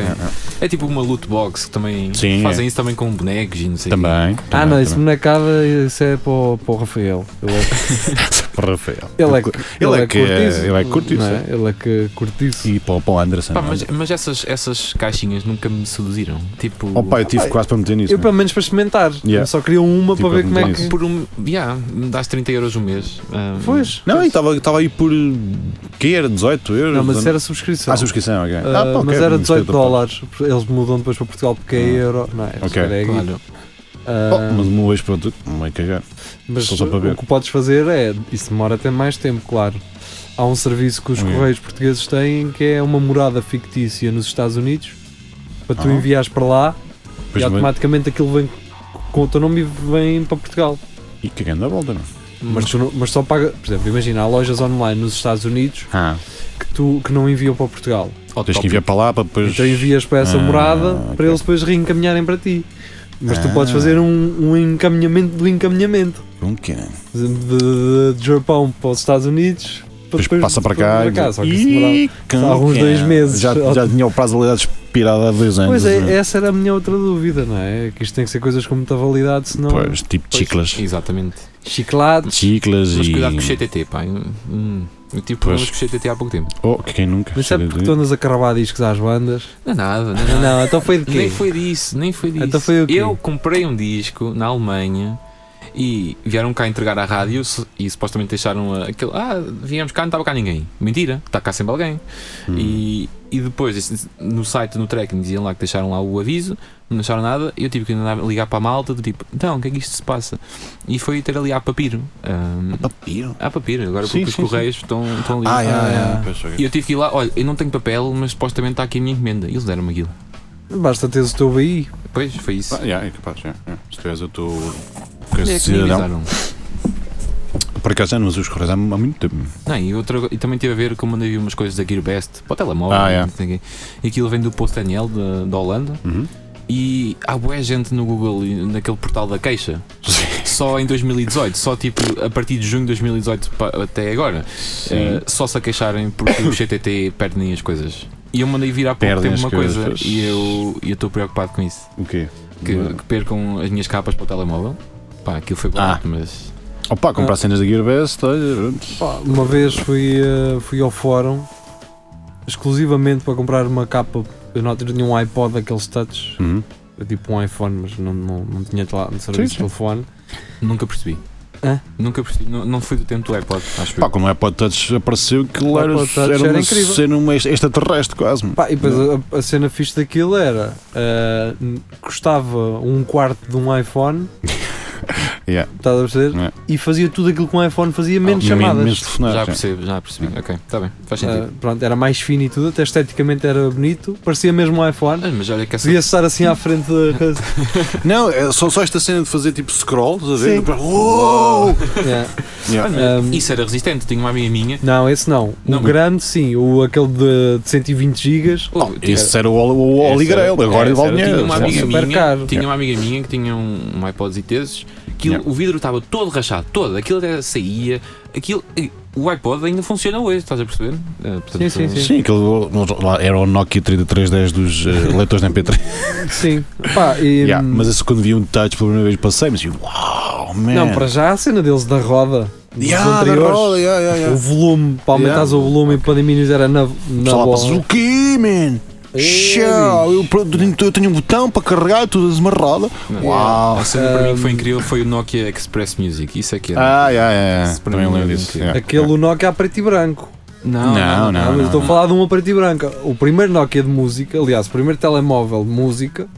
E: É tipo uma loot box que também
B: Sim,
E: fazem
B: é.
E: isso também com bonecos e não sei o quê.
D: Ah,
B: Também. também,
D: não, isso
B: também.
D: bonecada, isso é para o, para o Rafael. Ele
B: <laughs>
D: é,
B: Rafael.
D: ele é,
B: Ele é que-
D: cortiço,
B: ele é cortiço,
D: não é? Ele é que cortiço.
B: E para, o- para o Anderson. é?
E: Pá, mas mas essas, essas caixinhas nunca me seduziram. Tipo.
B: Oh pá, eu tive quase para meter nisso.
D: Eu,
B: meu.
D: pelo menos, para experimentar.
B: Yeah.
D: Eu só queria uma
B: Tipo,
D: para ver como é que.
B: isso.
E: por um. Yeah, me dás 30 euros um mês. Ah,
D: Pois.
B: Não, é e estava estava aí por. que era? 18 euros?
D: Não, mas isso
B: 19?
D: era subscrição.
B: Ah, subscrição, ok.
D: Ah,
B: Ah, pá, ok,
D: mas era
B: não sei,
D: 18
B: tá
D: dólares. Eles mudam depois para Portugal porque é euro. Não, é,
B: Ah. Ok.
D: era aqui.
E: Claro.
B: pronto.
D: Ah,
B: Oh, mas uma vez pronto, não é cagar.
D: mas
B: só para ver.
D: o que podes fazer é. Isso demora até mais tempo, claro. Há um serviço que os
B: Ok.
D: correios portugueses têm que é uma morada fictícia nos Estados Unidos para tu
B: Ah.
D: enviares para lá
B: Pois
D: e
B: bem.
D: automaticamente aquilo vem com o teu nome e vem para Portugal.
B: E cagando a volta, não? é?
D: Mas, tu não- mas só paga, por exemplo, imagina, há lojas online nos Estados Unidos
B: Ah,
D: que, tu, que não enviam para Portugal.
B: tens que enviar para lá para depois.
D: Então envias para essa
B: Ah,
D: morada para eles depois reencaminharem para ti. Mas tu podes fazer um, um encaminhamento do encaminhamento.
B: Um pequeno.
D: Por exemplo, De, de, de Japão para os Estados Unidos. para
B: Depois
D: depois
B: passa para cá.
D: Para cá só que
B: e-
D: isso demorava
B: Cão,
D: alguns
B: que
D: dois
B: é.
D: meses.
B: Já, já tinha o prazo de validade expirado há dois anos.
D: Pois é, essa era a minha outra dúvida, não é? Que isto tem que ser coisas com muita validade, senão.
B: Pois, tipo chiclas.
E: Exatamente.
D: Chiclados.
B: Chiclas
E: Mas
B: e.
E: cuidado com o CTT, pá. Hum, hum, eu tive problemas com o CTT há pouco tempo.
B: Oh, que quem nunca.
D: Mas sabe
B: cheira
D: porque
B: de-
D: tu andas a cravar discos às bandas?
E: Não é nada, não é nada.
D: Não, então foi de quê?
E: Nem foi disso, nem foi disso.
D: Então foi o quê?
E: Eu comprei um disco na Alemanha e vieram cá entregar à rádio su- e supostamente deixaram a- aquele. Ah, viemos cá, não estava cá ninguém. Mentira, está cá sempre alguém.
D: Hum.
E: E, e depois esse- no site, no tracking, diziam lá que deixaram lá o aviso, não deixaram nada. Eu tive que andar, ligar para a malta do tipo, então, o que é que isto se passa? E foi ter ali a papiro. ahm,
B: Papiro?
E: a papiro, agora
B: Sim,
E: porque
B: sim, sim.
E: os correios estão, estão ali.
B: Ah, yeah, yeah. Pois, ok.
E: E eu tive que ir lá, olha, eu não tenho papel, mas supostamente está aqui a minha encomenda. Eles deram-me aquilo.
D: Basta teres o teu BI.
E: Pois, foi isso.
B: Ah, yeah, é capaz, yeah, yeah. Se tu és o teu.
E: Onde é que me
B: cidadão.
E: avisaram?
B: Por acaso já não uso os correios há há muito tempo.
E: Não, e, outra, e também tive a ver como andei umas coisas da Gearbest para o telemóvel.
B: Ah, é.
E: não sei o quê. E aquilo vem do Post Daniel da, da Holanda.
B: Uhum.
E: E há boa gente no Google, e naquele portal da queixa.
B: <laughs>
E: só em 2018, só tipo a partir de junho de 2018 pa- até agora. eh, só se a queixarem porque o CTT perdem as coisas. E eu mandei vir há pouco
B: Perdem
E: tempo
B: as
E: uma coisa
B: coisas.
E: e eu e eu estou preocupado com isso.
B: O quê?
E: Que, que percam as minhas capas para o telemóvel. Pá, aquilo foi barato, mas.
B: Ah, Opa,
E: Ah.
B: comprar cenas da Gearbest, olha. pronto.
D: Uma vez fui, eh, fui ao fórum exclusivamente para comprar uma capa. Eu não tinha um iPod daqueles touch,
B: Uhum.
D: era tipo um iPhone, mas não, não, não tinha tela- serviço de
E: sim.
D: telefone.
E: Nunca percebi.
D: Hã?
E: Nunca percebi. Não, não fui do tempo do iPod, acho
B: Pá,
E: eu.
B: como o iPod Touch apareceu, que
D: O
B: era,
D: iPod Touch
B: era,
D: era
B: uma
D: incrível.
B: cena uma ex- extraterrestre quase.
D: Pá, e depois a, a cena fixe daquilo era: eh, n- custava um quarto de um iPhone,
B: <laughs> Yeah.
D: estás a perceber?
B: Yeah.
D: E fazia tudo aquilo que um iPhone fazia, menos
B: Men-
D: chamadas.
B: menos telefonadas,
E: Já
B: sim.
E: percebo, já percebi. Ok, está bem, faz
D: Ah,
E: sentido.
D: pronto, era mais fino e tudo, até esteticamente era bonito, parecia mesmo um iPhone.
E: Mas olha que essa.
D: Podia estar assim à frente da coisa.
B: Não, é só, só esta cena de fazer tipo scroll, estás a ver?
D: Sim.
B: Depois, uou!
D: Yeah.
B: <laughs> Yeah.
E: Olha,
D: Um,
E: isso era resistente, tinha uma amiga minha.
D: Não, esse não. O
E: Não.
D: grande, sim. O, aquele de, de 120 gigas.
E: Oh,
B: Esse era o, o, o
E: Essa
B: Holy
E: era-
B: Grail, agora
E: essa
B: ele vale
E: era-
B: dinheiro.
E: Tinha uma
B: sim.
E: amiga
D: Super
E: minha,
D: caro.
E: tinha uma amiga minha que tinha um, um iPod e teses, que
B: Yeah.
E: o vidro estava todo rachado, todo, aquilo até saía, aquilo, o iPod ainda funciona hoje, estás a perceber? Eh, portanto,
D: Sim, sim, sim.
B: Sim, aquele, lá era o Nokia 3310 dos <laughs> eh, leitores da MP3.
D: Sim. Pá, e, hum,
B: Yeah, Mas esse quando vi um touch pela primeira vez passei, mas eu, uau, man.
D: Não, para já a cena deles da roda. dos
B: Yeah, da
D: anteriores,
B: roda, yeah, yeah,
D: O
B: yeah.
D: volume, para aumentares
B: Yeah.
D: o volume e para diminuir era na, na
B: Pessoal, passas,
D: bola.
B: o quê, man?
D: Ei,
B: Tchau, eu, pro- eu tenho um botão para carregar, tudo esmarrado.
E: É.
B: Uau!
E: A cena para mim que foi incrível foi o Nokia Express Music, isso é que era.
B: Um, Ah, yeah, yeah, yeah.
E: Esse para
B: também
E: mim
B: lembro
E: é
B: disso.
E: incrível.
B: yeah.
D: Aquele Nokia a preto e branco.
E: Não,
B: Não,
D: Ah,
B: não,
D: mas
B: não.
D: estou a falar de uma preto e branca. O primeiro Nokia de música, aliás, o primeiro telemóvel de música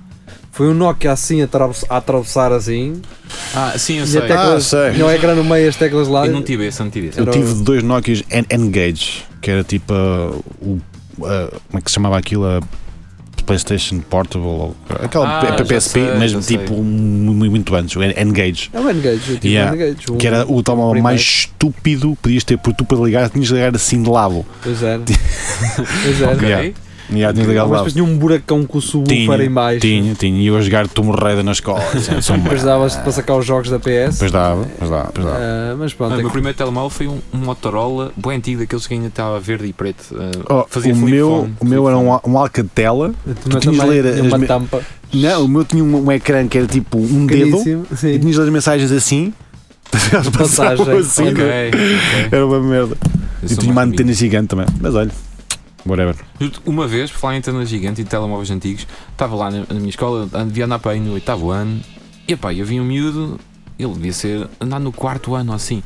D: foi um Nokia assim a, atravess- a atravessar assim.
E: Ah, sim, eu
D: E
E: sei.
D: a teclas.
B: sei.
D: Não é ecrã no meio, as teclas lá.
E: eu não tive esse, não tive esse.
B: tá- Eu tive dois Nokias N- N-Gage, que era tipo ah, o. ah, como é que se chamava aquilo? A PlayStation Portable, ou, aquela
E: Ah, já
B: PSP,
E: sei,
B: mas
E: já sei.
B: tipo mu- mu- muito antes, o N- N-Gage.
D: É o N-Gage, eu tive
B: Yeah.
D: o N-Gage. um-
B: Que era Tipo o telemóvel
D: primeiro.
B: mais estúpido que podias ter, porque tu para ligar tinhas de ligar assim de lado.
D: Pois
B: <laughs>
D: era. pois era.
E: Ok.
B: Yeah. E aí tinhas de ligar
D: Ah,
B: de
D: Mas
B: lado.
D: depois tinha um buracão com o subwoofer em baixo.
B: tinha, tinha. E eu a jogar Tomb Raider na <laughs> escola. assim, sou uma-
D: Depois davas para sacar os jogos da PS.
B: Depois dava, depois dava, depois dava.
D: Ah, mas pronto,
E: Ah, o
D: é
E: meu
D: que-
E: primeiro telemóvel foi um, um Motorola bem antigo, daqueles que ainda estava verde e preto. ah,
B: Oh,
E: fazia
B: o,
E: flip
B: meu,
E: phone,
B: o meu
E: flip
B: era
E: phone.
B: um, um Alcatela.
D: tu
B: tinhas
D: também
B: de ler as
D: tinha uma
B: me-
D: tampa.
B: Não, o meu tinha um, um ecrã que era tipo um dedo.
D: pequeníssima,
B: E
D: sim.
B: tinhas as mensagens <laughs> assim. Elas
D: Passagem,
B: passavam assim.
E: Ok,
B: né?
E: ok.
B: Era uma merda.
E: Eu
B: E
E: sou
B: tinha é uma
E: mais
B: antena gigante também. Mas olha, whatever.
E: Juro-te, Uma vez, por falar em antena gigante e telemóveis antigos, estava lá na, na minha escola, an- devia andar para aí no oitavo ano, e pá, eu vi um miúdo, ele devia ser andar no quarto ano ou assim.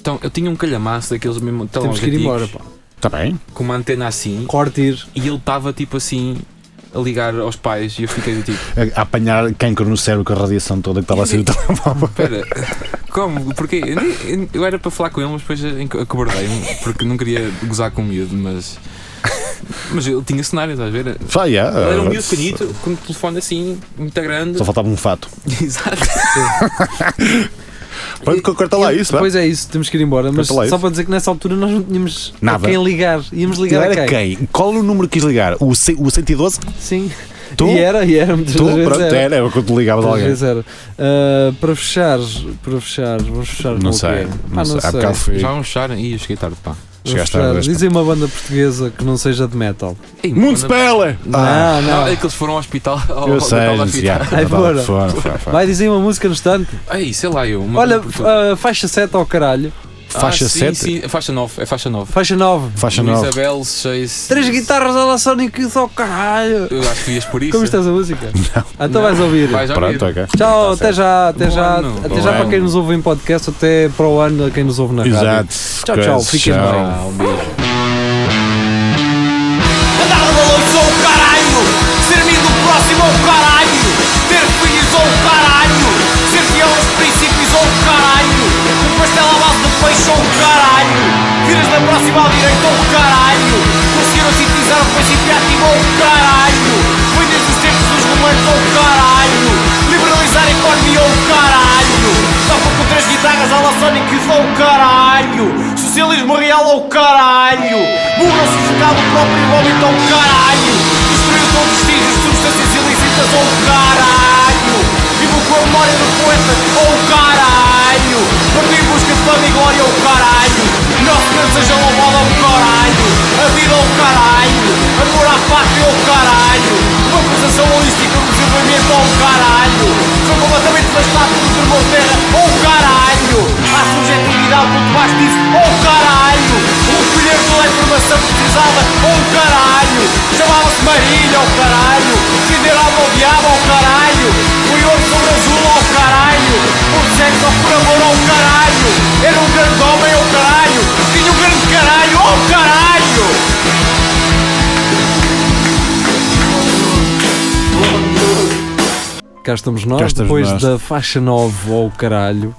E: Então eu tinha um calhamaço daqueles mesmo
D: Temos
E: telemóveis
D: que ir
E: antigos,
D: embora, pá. Um
B: Está Tá bem?
E: com uma antena assim,
D: Corte ir.
E: e ele estava tipo assim a ligar aos pais, e eu fiquei do tipo:
B: A, a apanhar cancro no cérebro com a radiação toda que estava a sair do telemóvel.
E: Espera, como? Porquê? Eu, nem- eu era para falar com ele, mas depois acobardei-me, porque não queria gozar com o miúdo, mas. Mas ele tinha cenários, às vezes.
B: <laughs> Ah, yeah.
E: Ele era um miúdo pequenito, com um telefone assim, muito grande. <laughs>
B: Só faltava um fato.
E: Exato.
B: Pronto, corta lá isso, vá.
D: Pois é isso, temos que ir embora. Mas
B: Corta Então lá
D: só
B: isso.
D: para dizer que nessa altura nós não tínhamos
B: Nada.
D: a quem ligar. Íamos ligar
B: Ligar
D: a
B: a
D: quem?
B: Qual o número que quis ligar? O, ce- o 112?
D: Sim.
B: Tu?
D: E era, e era, muitas
B: Tu?
D: vezes
B: Pronto, é, né?
D: era.
B: era, era quando tu ligavas a
D: Muitas
B: alguém.
D: vezes era. Ah, para fechar, para fechar, vamos fechar com
B: Não
D: o
B: sei,
D: quê?
B: não
D: Ah,
B: sei.
D: não
B: Há
D: sei.
B: bocado fui-
E: Já vamos fechar e eu cheguei tarde, pá.
D: Vamos fechar. Dizem uma banda portuguesa que não seja de metal.
E: Ei,
B: Mundo
E: mano,
B: Speller!
D: Não,
B: Ah.
D: não.
E: é que eles foram ao hospital. Ao,
B: Eu
E: ao
B: sei,
E: hospital da
B: gente,
E: fita.
B: já.
D: Ai,
B: Tá,
D: bora.
B: fora, fora, fora.
D: Vai dizer uma música no instante.
E: Ei, sei lá eu. uma-
D: Olha, ah, faixa 7 ao caralho.
E: Ah,
B: faixa
E: sim,
B: sete?
E: Sim, faixa 9. É faixa 9.
D: Faixa 9.
B: Faixa
E: Luís
B: 9.
E: Abel, seis-
D: Três guitarras à la Sonic Youth ao caralho.
E: Eu acho que ias por isso.
D: Como estás a
B: <laughs>
D: música? Ah, Então vais ouvir.
E: Vais ouvir.
B: Pronto, ok.
D: Tchau, até já, até
E: Bom
D: já,
E: ano.
D: até
E: Bom
D: já para
E: ano.
D: quem nos ouve em podcast, até para o ano a quem nos ouve na rádio.
B: Exato.
D: Tchau, tchau,
B: Coisas,
D: fiquem
B: tchau.
D: bem.
E: Ah, um beijo.
K: Andar de balões ou caralho Ser amigo do próximo ou caralho Ter filhos ou caralho Ser fiel aos princípios ou caralho Um pastel à base de peixe ou caralho Viras da próxima à direita ou caralho Conseguiram sintetizar o princípio ativo ou caralho Foi desde os tempos dos romanos ou caralho Liberalizar a economia ou caralho Toca com três guitarras à la Sonic Youth ou caralho Socialismo real ou caralho Morram sufocado o próprio vômito ou caralho Destruiu todos os vestígios de substâncias ilícitas ou caralho Invocou a memória do poeta ou caralho Partiu em busca de fama e glória ou caralho Nosso Deus seja louvado ou caralho A vida ou caralho Amor à pátria ou caralho Uma acusação holística do desenvolvimento ou caralho Sou completamente devastado pelo tremor de terra ou caralho Há subjetividade por debaixo disso ou caralho O colher toda a Um informação precisada ou caralho Chamava-se Marília ou caralho Defender alma ao diabo ou caralho Foi ouro sobre azul ou caralho Por sexo ou por amor ou caralho Era um grande homem ou caralho Tinha um grande caralho ou caralho
D: Cá estamos nós,
B: Cá estamos
D: depois
B: nós.
D: da faixa 9 ao caralho.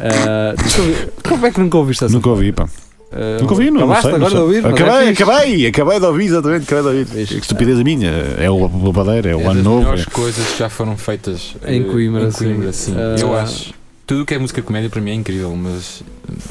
D: Ah, deixa eu ver, como é que nunca ouviste essa?
B: Nunca ouvi, pá.
D: Ah,
B: Nunca ouvi, não, não
D: acabaste
B: sei, não
D: agora de
B: sei.
D: ouvir? mas é
B: Acabei,
D: fixe.
B: acabei, acabei de ouvir, exatamente, acabei de ouvir. Que estupidez a minha. É o babadeiro, é
E: É
B: o
E: das
B: ano novo.
E: melhores coisas que já foram feitas eh,
D: Em Coimbra,
E: em Coimbra,
D: sim.
E: sim.
D: Ah.
E: Eu acho. Tudo o que é música comédia para mim é incrível, mas.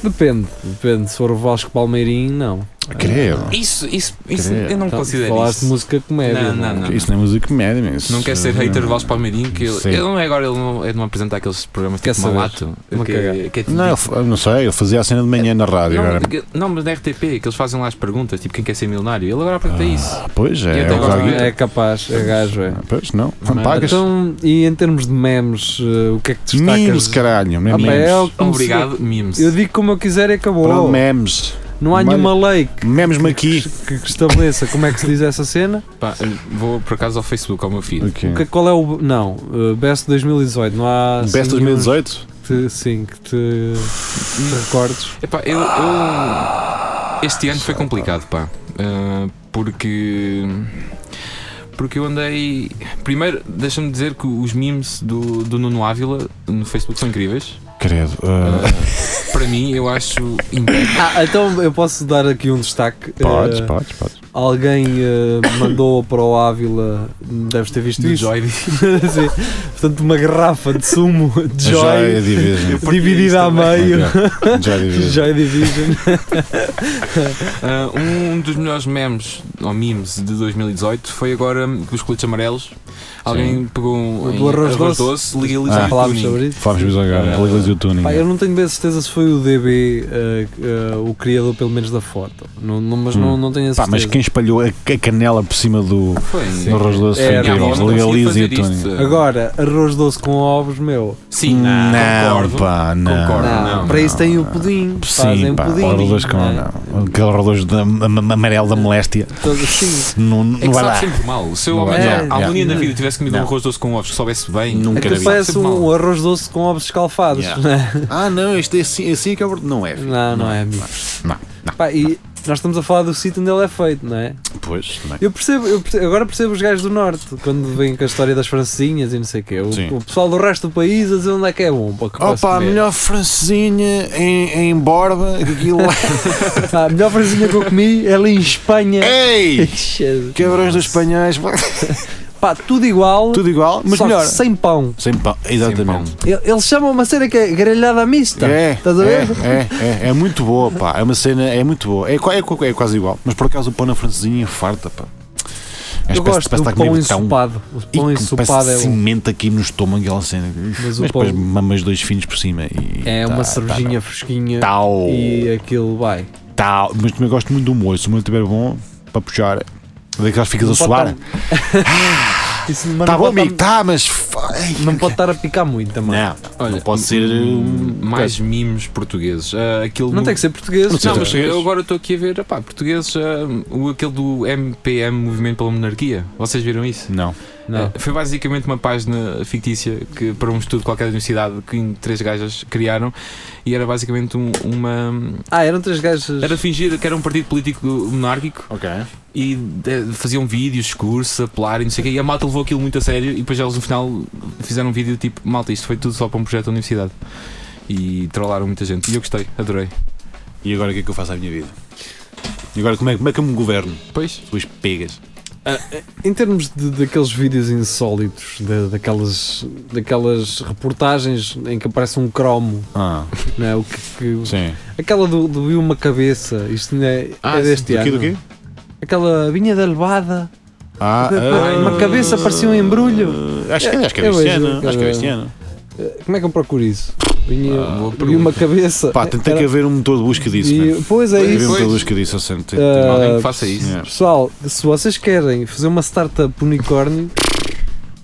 D: Depende, depende. Se for o Vasco Palmeirim, não.
B: É, Creio.
E: Isso, isso, isso
B: Credo.
E: eu não
D: Então,
E: considero
D: Falaste de
E: isso.
D: música comédia.
E: Não, não, não.
B: Isso não é música comédia, mas.
E: Não quer ser hater de Vasco Palmeirinho, que ele,
B: Sim.
E: ele não é agora, ele não, ele não apresenta aqueles programas
D: Quer
E: tipo
D: saber?
E: Malato.
D: Uma
E: que,
D: cagada.
E: é- que é tipo-
B: Não, ele fa- não sei, ele fazia a cena de manhã na rádio.
E: não,
B: agora.
E: que- não, mas na RTP, que eles fazem lá as perguntas, tipo quem quer ser milionário. Ele agora apresenta isso.
B: Ah, pois
E: E
B: é,
E: até
B: é o
E: agora-
B: Zaguinho.
D: É capaz, é gajo, é.
B: Ah, Pois não, não
E: Então Mas-
B: pagas.
D: Então, e em termos de memes, ah, o que é que destacas?
B: Memes, caralho, não é
D: Ah, pá, é o
B: memes.
D: que me-
E: Obrigado, memes.
D: Eu digo como eu quiser e acabou.
B: Pronto, memes.
D: Não há
B: Olha.
D: nenhuma lei
B: Memes-me aqui.
D: que, que estabeleça como é que se diz essa
B: <laughs>
D: cena.
E: Pá, vou por acaso ao Facebook, ao meu filho.
B: Ok.
D: Que- qual é o. Não, uh, Best 2018. Não há. assim,
B: Best
D: nenhum
B: 2018?
D: que te- sim, que te, te recordes.
E: Epá, eu, eu- Este ano foi complicado, pá. Ah, porque. Porque eu andei. Primeiro, deixa-me dizer que os memes do, do Nuno Ávila no Facebook são incríveis.
B: Credo. ah,
E: Ah, para mim, eu acho impecável.
D: Ah, então eu posso dar aqui um destaque.
B: Podes,
D: Uh,
B: podes, podes.
D: Alguém uh, mandou para o Ávila, deves ter visto
E: do
D: isso.
E: Joy.
D: <laughs> Sim. Portanto, uma garrafa de sumo de
B: Já
D: Joy <laughs>
B: é Division.
D: dividida a meio.
B: Ok, Já
D: <laughs>
B: é Division.
D: Joy Division.
E: Ah, um dos melhores memes, ou memes, de 2018 foi agora os coletes amarelos. Alguém pegou um
D: O do
E: em
D: arroz
E: doce,
B: Ah,
E: legalizou
D: Já
E: o
D: falámos
E: tuning.
D: sobre isso.
B: Falámos mesmo agora,
E: Ah.
B: legalize o tuning.
D: Pá, eu não tenho bem certeza se foi o DB uh, uh, o criador, pelo menos da foto. Não, não- mas não,
B: Hum.
D: não tenho a
B: Pá,
D: certeza.
B: mas quem espalhou a a canela por cima do
E: Foi.
B: do arroz doce foi
D: Era.
B: incrível.
E: Não, eu não consigo
B: Legalize o
E: fazer isto.
B: tuning.
D: Agora, arroz doce com ovos, meu.
E: Sim, não, concordo.
B: pá, não.
E: Concordo,
D: Não,
E: não,
D: para isso
E: não,
D: tem o pudim. Fazem um
B: Sim, pá,
D: pudim.
B: arroz com.
D: não é?
B: Não. Aquele arroz da- am- amarelo da moléstia.
D: Todo assim.
B: Não,
E: É
B: não
E: que
B: vai
E: sabe
B: lá.
E: sempre mal. Se eu ao
B: Não
E: menos
D: é.
E: há- há
B: Yeah.
E: algum dia na
D: Não.
E: vida tivesse comido um
B: Não.
E: arroz doce com ovos que soubesse bem,
B: Nunca
E: aquilo
D: Aquilo
B: vi.
D: parece
E: sabe
D: um
E: mal.
D: arroz doce com ovos escalfados.
B: Yeah.
D: não é?
B: Ah, não, este é assim, assim é que é o. Não é.
D: Não, não é, amigo.
B: Não,
D: Pá, e nós estamos a falar do sítio onde ele é feito, não é?
B: Pois, também.
D: Eu percebo, eu percebo- agora percebo os gajos do Norte, quando vêm com a história das francesinhas e não sei o quê.
B: Sim.
D: O, o pessoal do resto do país a dizer onde é que é bom. Para que posso
B: Opa, a
D: comer.
B: melhor francesinha em, em Borba, que aquilo
D: <laughs>
B: é. lá.
D: Ah, a melhor francesinha que eu comi é ali em Espanha. <laughs>
B: Ei!
D: Cabrões
B: dos espanhóis.
D: Pá, tudo igual.
B: Tudo igual, mas
D: só que
B: melhor.
D: sem pão.
B: Sem pão, exatamente.
D: E- Eles chamam uma cena que é grelhada mista.
B: É,
D: Estás a ver?
B: É, é, é muito boa, pá. É uma cena, é muito boa. É, qua- é qua- é quase igual. Mas por acaso o pão na francesinha é farta, pá. É Mas
D: Eu
B: parece-
D: gosto do
B: parece que está a comer
D: pão
B: betão.
D: ensopado. O
B: E
D: pão
B: que
D: ensopado
B: parece assim.
D: é bom.
B: cimento aqui no estômago e ela sendo. Mas,
D: Mas o
B: depois
D: pão-
B: mamas dois finos por cima. E
D: É uma
B: tá-
D: cervejinha fresquinha
B: Tal.
D: e aquilo vai.
B: Tá, tá. Mas também gosto muito do molho. Se o molho estiver bom, para puxar. é Daquelas ficas a
D: Não pode
B: suar.
D: Isso, mas
B: Tá
D: não
B: bom,
D: pode
B: amigo, tá, mas.
D: Não pode estar a picar muito também.
B: Não,
E: Olha,
B: não pode ser.
E: hum, mais mimos portugueses. Ah, aquilo
D: Não
E: no-
D: tem que ser português.
E: Não,
D: Não,
E: mas
D: português.
E: eu agora estou aqui a ver, pá, portugueses, ah, o, aquele do MPM, Movimento pela Monarquia. Vocês viram isso?
B: Não.
D: Não.
E: Ah, Foi basicamente uma página fictícia que, para um estudo qualquer da universidade que em três gajas criaram e era basicamente um- uma,
D: Ah, eram três gajos.
E: Era fingir que era um partido político monárquico e de- faziam vídeos, discurso, apelar e não sei o quê. E a malta levou aquilo muito a sério e depois eles no final fizeram um vídeo tipo: malta, isto foi tudo só para um projeto da universidade. E trollaram muita gente. E eu gostei, adorei.
B: E agora o que é que eu faço à minha vida? E agora como é, como é que eu me governo?
E: Pois.
B: Suas pegas.
D: Em termos de, daqueles vídeos insólitos, da- daquelas, daquelas reportagens em que aparece um cromo,
B: Ah.
D: não é? O que, que-
B: Sim.
D: aquela do, do Viu uma Cabeça, isto não é,
B: Ah,
D: é deste
B: sim. Do quê,
D: ano.
B: do quê?
D: Aquela vinha da levada,
B: Ah, ah,
D: É uma cabeça parecia um embrulho.
B: Acho que- acho que é
D: Eu
B: deste
D: vejo
B: ano, acho que é deste
D: cada-
B: ano.
D: Eh, Como é que eu procuro isso? Vinha, vi uma cabeça.
B: Ah, Pá, tem, tem que
D: Era-
B: haver um motor de busca disso.
D: E-
B: man.
D: pois é
B: Tem que haver
D: isso.
B: um motor de
D: Pois.
B: busca disso. Assim, tem, tem
D: Ah,
B: alguém que Yeah.
D: Pessoal, se vocês querem fazer uma startup unicórnio,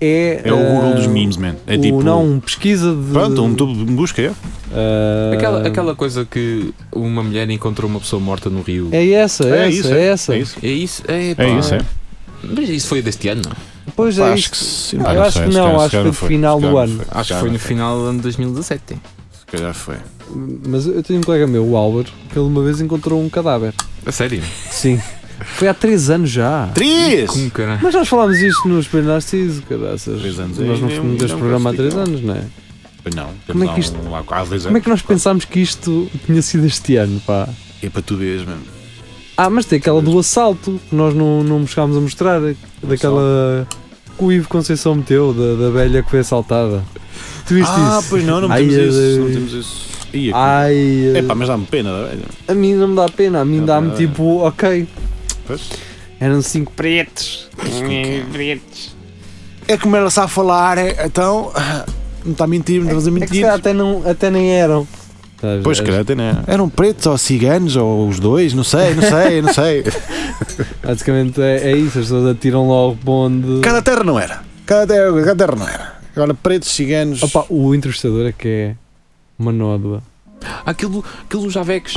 D: é.
B: É o Google
D: ah,
B: dos memes, man. É
D: o-
B: tipo-
D: Não, um pesquisa de. ah,
B: Pronto, um tubo de busca, é?
E: Aquela, aquela coisa que uma mulher encontrou uma pessoa morta no rio.
D: É essa, é, essa, é essa.
E: É isso, é, pá.
B: É isso, é.
E: Mas isso foi deste ano, não?
D: Pois é,
B: Acho
D: isso.
B: que sim,
D: Eu
B: pá, não
D: acho
B: sei,
D: que
B: se calhar-
D: não,
B: se
D: acho que
B: calhar
D: foi
B: não
D: no
B: foi,
D: final
B: se
D: do
B: calhar não
D: ano.
B: foi.
E: Acho que foi no final do ano de 2017.
B: Se calhar foi.
D: Mas eu tenho um colega meu, o Álvaro, que ele uma vez encontrou um cadáver.
E: A sério?
D: Sim. Foi há 3 anos já.
B: Três!
E: Como caralho?
D: Mas nós falámos isto no Espelho Narciso, caraças.
B: anos
D: Nós
B: é-
D: não
B: é um-
D: fomos
B: é
D: deste
B: um
D: programa há
B: castigo.
D: 3 anos, não é?
B: Pois Não,
D: Como é que
B: temos
D: isto-
B: lá um- lá quase dois
D: Como é
B: anos.
D: que nós pensámos que isto tinha sido este ano, pá?
B: É para tu veres, mano.
D: Ah, mas tem aquela do assalto que nós não, não me chegámos a mostrar. é Daquela que o Ivo Conceição meteu, da, da velha que foi assaltada. Tu viste
B: Ah,
D: isso? é
B: pois não, não
D: Ai,
B: temos isso. Não
D: ai,
B: temos isso. Ah, é- Ia,
D: Ai, ai.
B: Epá, mas dá-me pena, dá velho.
D: A mim não me dá pena, a mim dá-me
B: dá.
D: tipo, ok.
B: Pois.
D: Eram cinco pretos.
B: É como ela sabe falar, é- então. <coughs> Não está a mentir, não estás a
D: É que se calhar até, não, até nem eram.
B: Pois,
D: As-
B: calhar até não é. Eram pretos ou ciganos ou os dois, não sei, não sei,
D: <laughs>
B: não sei.
D: Basicamente é, é isso, as pessoas atiram logo bonde.
B: Cada terra não era. Cada terra, cada terra não era. Agora, pretos, ciganos.
D: Opa, o entrevistador é que é uma nódoa.
E: Aquilo, aquilo dos Javecs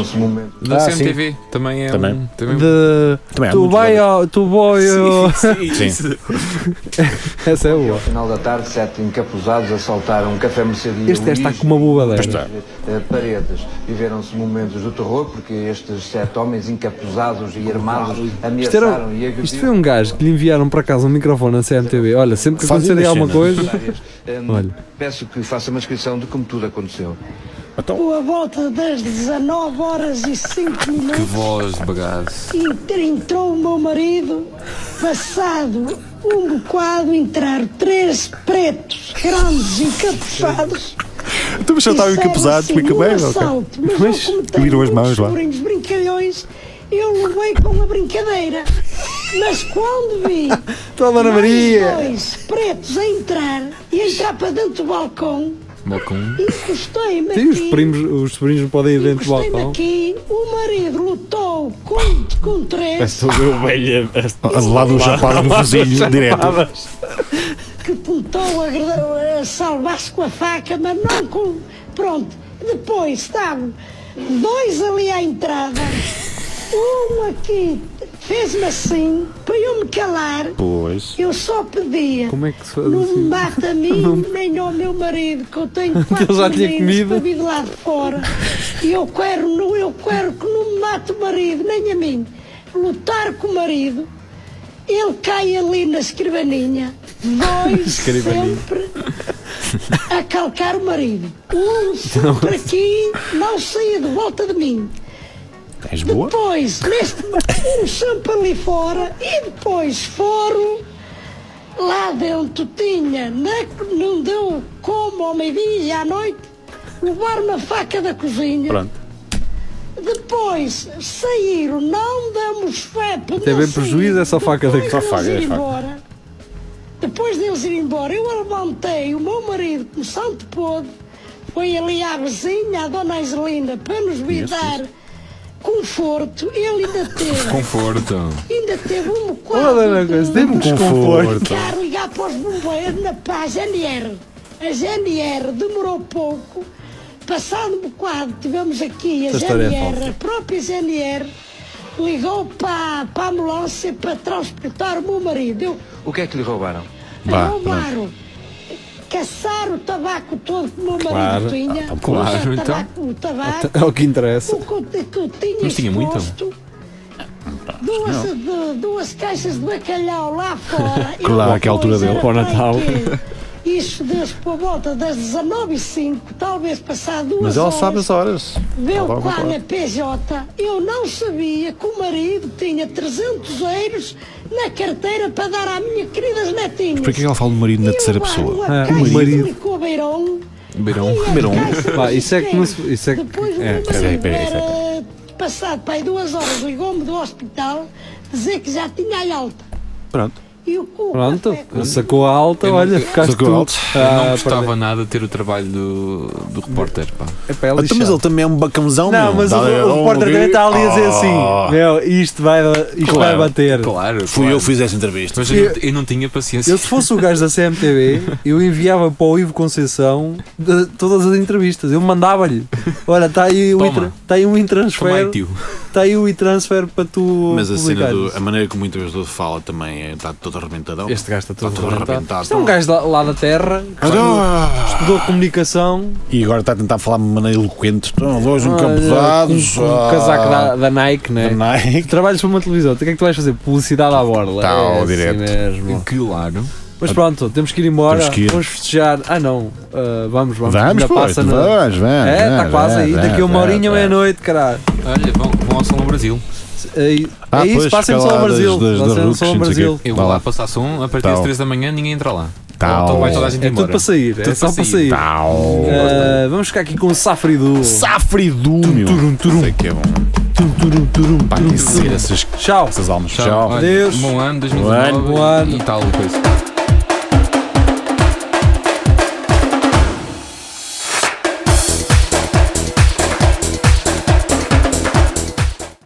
E: da
D: Ah,
E: CMTV também é
B: Também.
E: um. Também é um-
D: De,
B: Também é
D: tu
B: muito
D: vai
B: bom.
D: ao. Tu vai ao.
B: Sim.
D: Essa é boa.
N: Ao final da tarde, sete encapuzados assaltaram um café mercearia
D: Este está
N: Luís,
D: com uma bobadeira.
N: Luís, eh, Paredes. Viveram-se momentos de terror porque estes sete homens encapuzados e armados
D: Isto, era-
N: ameaçaram e agrediram.
D: isto foi um gajo que lhe enviaram para casa um microfone na CMTV. Olha, sempre que
N: Fazem
D: acontecer aí
N: umas
D: alguma coisa.
N: cenas. Hum,
D: Olha.
N: Peço que faça uma descrição de como tudo aconteceu.
I: Pela volta das 19 horas e 5
E: Que
I: minutos,
E: voz de bagaço.
I: ent- entrou o meu marido. Passado um bocado, entraram três pretos, grandes, encapuzados.
B: Então, mas já
D: um
B: estavam
D: é
B: encapuzados, fica bem, ok. Mas
I: Mas eu como
B: viram as
I: tenho
B: mãos lá.
I: sobrinhos brincalhões, eu levei com uma brincadeira. Mas
B: <laughs>
I: quando vi
D: Tua Dona
I: mais
B: É.
D: Maria.
I: dois pretos a entrar e a entrar para dentro do balcão, encostei-me
D: Sim, os
I: aqui.
D: primos, os sobrinhos não podem ir dentro do
I: Encostei-me
D: balcão.
I: aqui, o marido lutou com, com três
B: o velho. Lá do chapado no vizinho, direto.
I: que tentou agra- a salvar-se com a faca, mas não com. Pronto, depois estavam dois ali à entrada, um aqui fez-me assim para eu me calar.
B: Pois.
I: Eu só pedia.
D: Como é que se faz
I: Não me
D: assim?
I: mata a mim, nem ao meu marido, que eu tenho quatro
D: Ele já tinha
I: meninos
D: comida.
I: para vir de lá de fora. E eu quero, não, eu quero que não me mate o marido, nem a mim. Lutar com o marido Ele cai ali na escrivaninha. Dois
K: Escrivaninha.
I: sempre a calcar o marido. Um sempre aqui, não saía de volta de mim.
B: És boa?
I: Depois, neste um sempre ali fora e depois foram lá dentro tinha, na- não deu como ao meio-dia e à noite, levar uma faca da cozinha.
B: Pronto.
I: Depois saíram, não damos fé.
D: Tem bem prejuízo essa faca daqui.
I: Depois deles ir embora, depois deles ir embora, eu levantei o meu marido, como santo pôde, foi ali à vizinha, à dona Angelina, para nos vir
O: Conheço
I: dar conforto. Ele ainda
E: <laughs>
I: teve,
O: Conforto.
I: ainda teve um quadro
D: Olha, coisa, tem-me conforto.
I: a ligar para os bombeiros na para a GNR. A GNR demorou pouco. Passado um bocado, tivemos aqui a
K: Esta história é
I: GNR,
K: falsa.
I: a própria GNR, ligou para, para a ambulância para transportar o meu marido. Eu
P: O que é que lhe roubaram?
I: roubaram, caçaram o tabaco todo que o meu marido
P: Claro.
I: tinha.
P: Ah, claro,
I: o
P: então.
I: tabaco, o tabaco,
D: É o que interessa.
I: o que, que eu tinha
D: Mas tinha muito?
I: exposto. Duas,
D: não.
I: du- duas caixas de bacalhau lá
B: <laughs>
I: fora. Eu
B: Claro, àquela altura
I: depois
B: dele.
I: era
B: Para o
I: bem
B: Natal.
I: que Isso desde por volta das 19h05, talvez passar duas
B: Mas ela
I: horas.
B: sabe as horas.
I: Deu
B: Ela
I: cá na
B: sabe.
I: PJ. é Eu não sabia que o marido tinha 300 euros na carteira para dar à minha querida netinha.
B: Porquê que ela fala do marido na terceira pessoa?
D: Um
I: Ah,
B: O marido.
I: Ficou beirão.
O: Beirão.
B: Beirão.
D: Pá, isso é que não se. Isso é que. É,
I: Peraí, Era passado para aí duas horas, ligou-me do hospital dizer que já tinha a alta.
B: Pronto.
I: E o cu.
D: Pronto, sacou a alta, olha, ficaste
O: Sacou
D: tu.
O: alto. Eu
D: Ah,
O: não gostava
D: perdeu.
O: nada de ter o trabalho do, do repórter. Pá.
D: é
B: Então, mas
D: lixado.
B: ele também é um bacãozão,
D: Não,
B: meu.
D: mas o,
B: Dá-
D: o repórter também está ali a dizer
B: Ah.
D: assim: Meu, isto vai, isto vai bater.
O: Claro.
B: Fui eu que fiz essa entrevista.
O: Mas eu, não- eu não tinha paciência.
D: Eu, se fosse o gajo da CMTV, eu enviava para o Ivo Conceição de- todas as entrevistas. Eu mandava-lhe: Olha, está aí, o
B: Toma.
D: intra- tá aí um
O: Toma aí,
D: intransfer.
O: tio.
D: Está aí o e-transfer para tu.
B: Mas a cena
D: publicares.
B: do, a maneira como o entrevistador fala também é, está todo arrebentadão. Tá
D: Este gajo está todo
B: arrebentado.
D: Isto é um gajo lá, lá da terra que
B: Ah.
D: estudou, estudou comunicação.
B: E agora
D: tá
B: está a tentar falar de maneira eloquente. Estão dois
D: Ah,
B: encapuzados.
D: com- com o
B: ah.
D: casaco da, da Nike, né?
B: Nike.
D: Trabalhas para uma televisão, o que é que tu vais fazer? Publicidade à borla.
B: Tá,
D: é
B: ao
D: assim
B: direto.
D: mesmo.
O: Claro.
D: Mas pronto, temos que ir embora.
B: Temos que ir.
D: Vamos festejar. Ah, não. ah, vamos, vamos.
B: Vamos,
D: Ainda
B: pô,
D: passa
B: tu
D: na-
B: vais, vamos,
D: É, está
B: vamos,
D: quase aí.
B: vamos,
D: Daqui a uma
B: vamos,
D: horinha,
B: vamos.
D: meia-noite, caralho.
O: Olha, vão, vão ao Som do Brasil.
D: É,
B: Ah,
D: é isso,
B: pois,
D: passem-me
B: fica
D: só
B: lá
D: ao Brasil.
B: das- das- das
D: Passem-me
B: Rucos,
D: só ao
B: não sei o quê.
D: Brasil.
O: Eu
B: Vá
O: vou lá
B: lá.
O: passar som a partir das
B: Tal.
O: 3 da manhã, ninguém entra lá.
B: Tal.
O: Então vai toda a gente
D: É
O: embora.
D: tudo para sair, é
O: Tudo
D: só para sair.
B: Tal.
D: Ah, vamos ficar aqui com o Safridu.
B: Tá. Safridu, meu. Isso é que é bom.
D: Turum, turum,
B: Pá, que ser essas,
D: Tchau.
B: essas almas.
O: Tchau.
B: Tchau.
O: Olha, Bom ano, 2019 e tal coisa.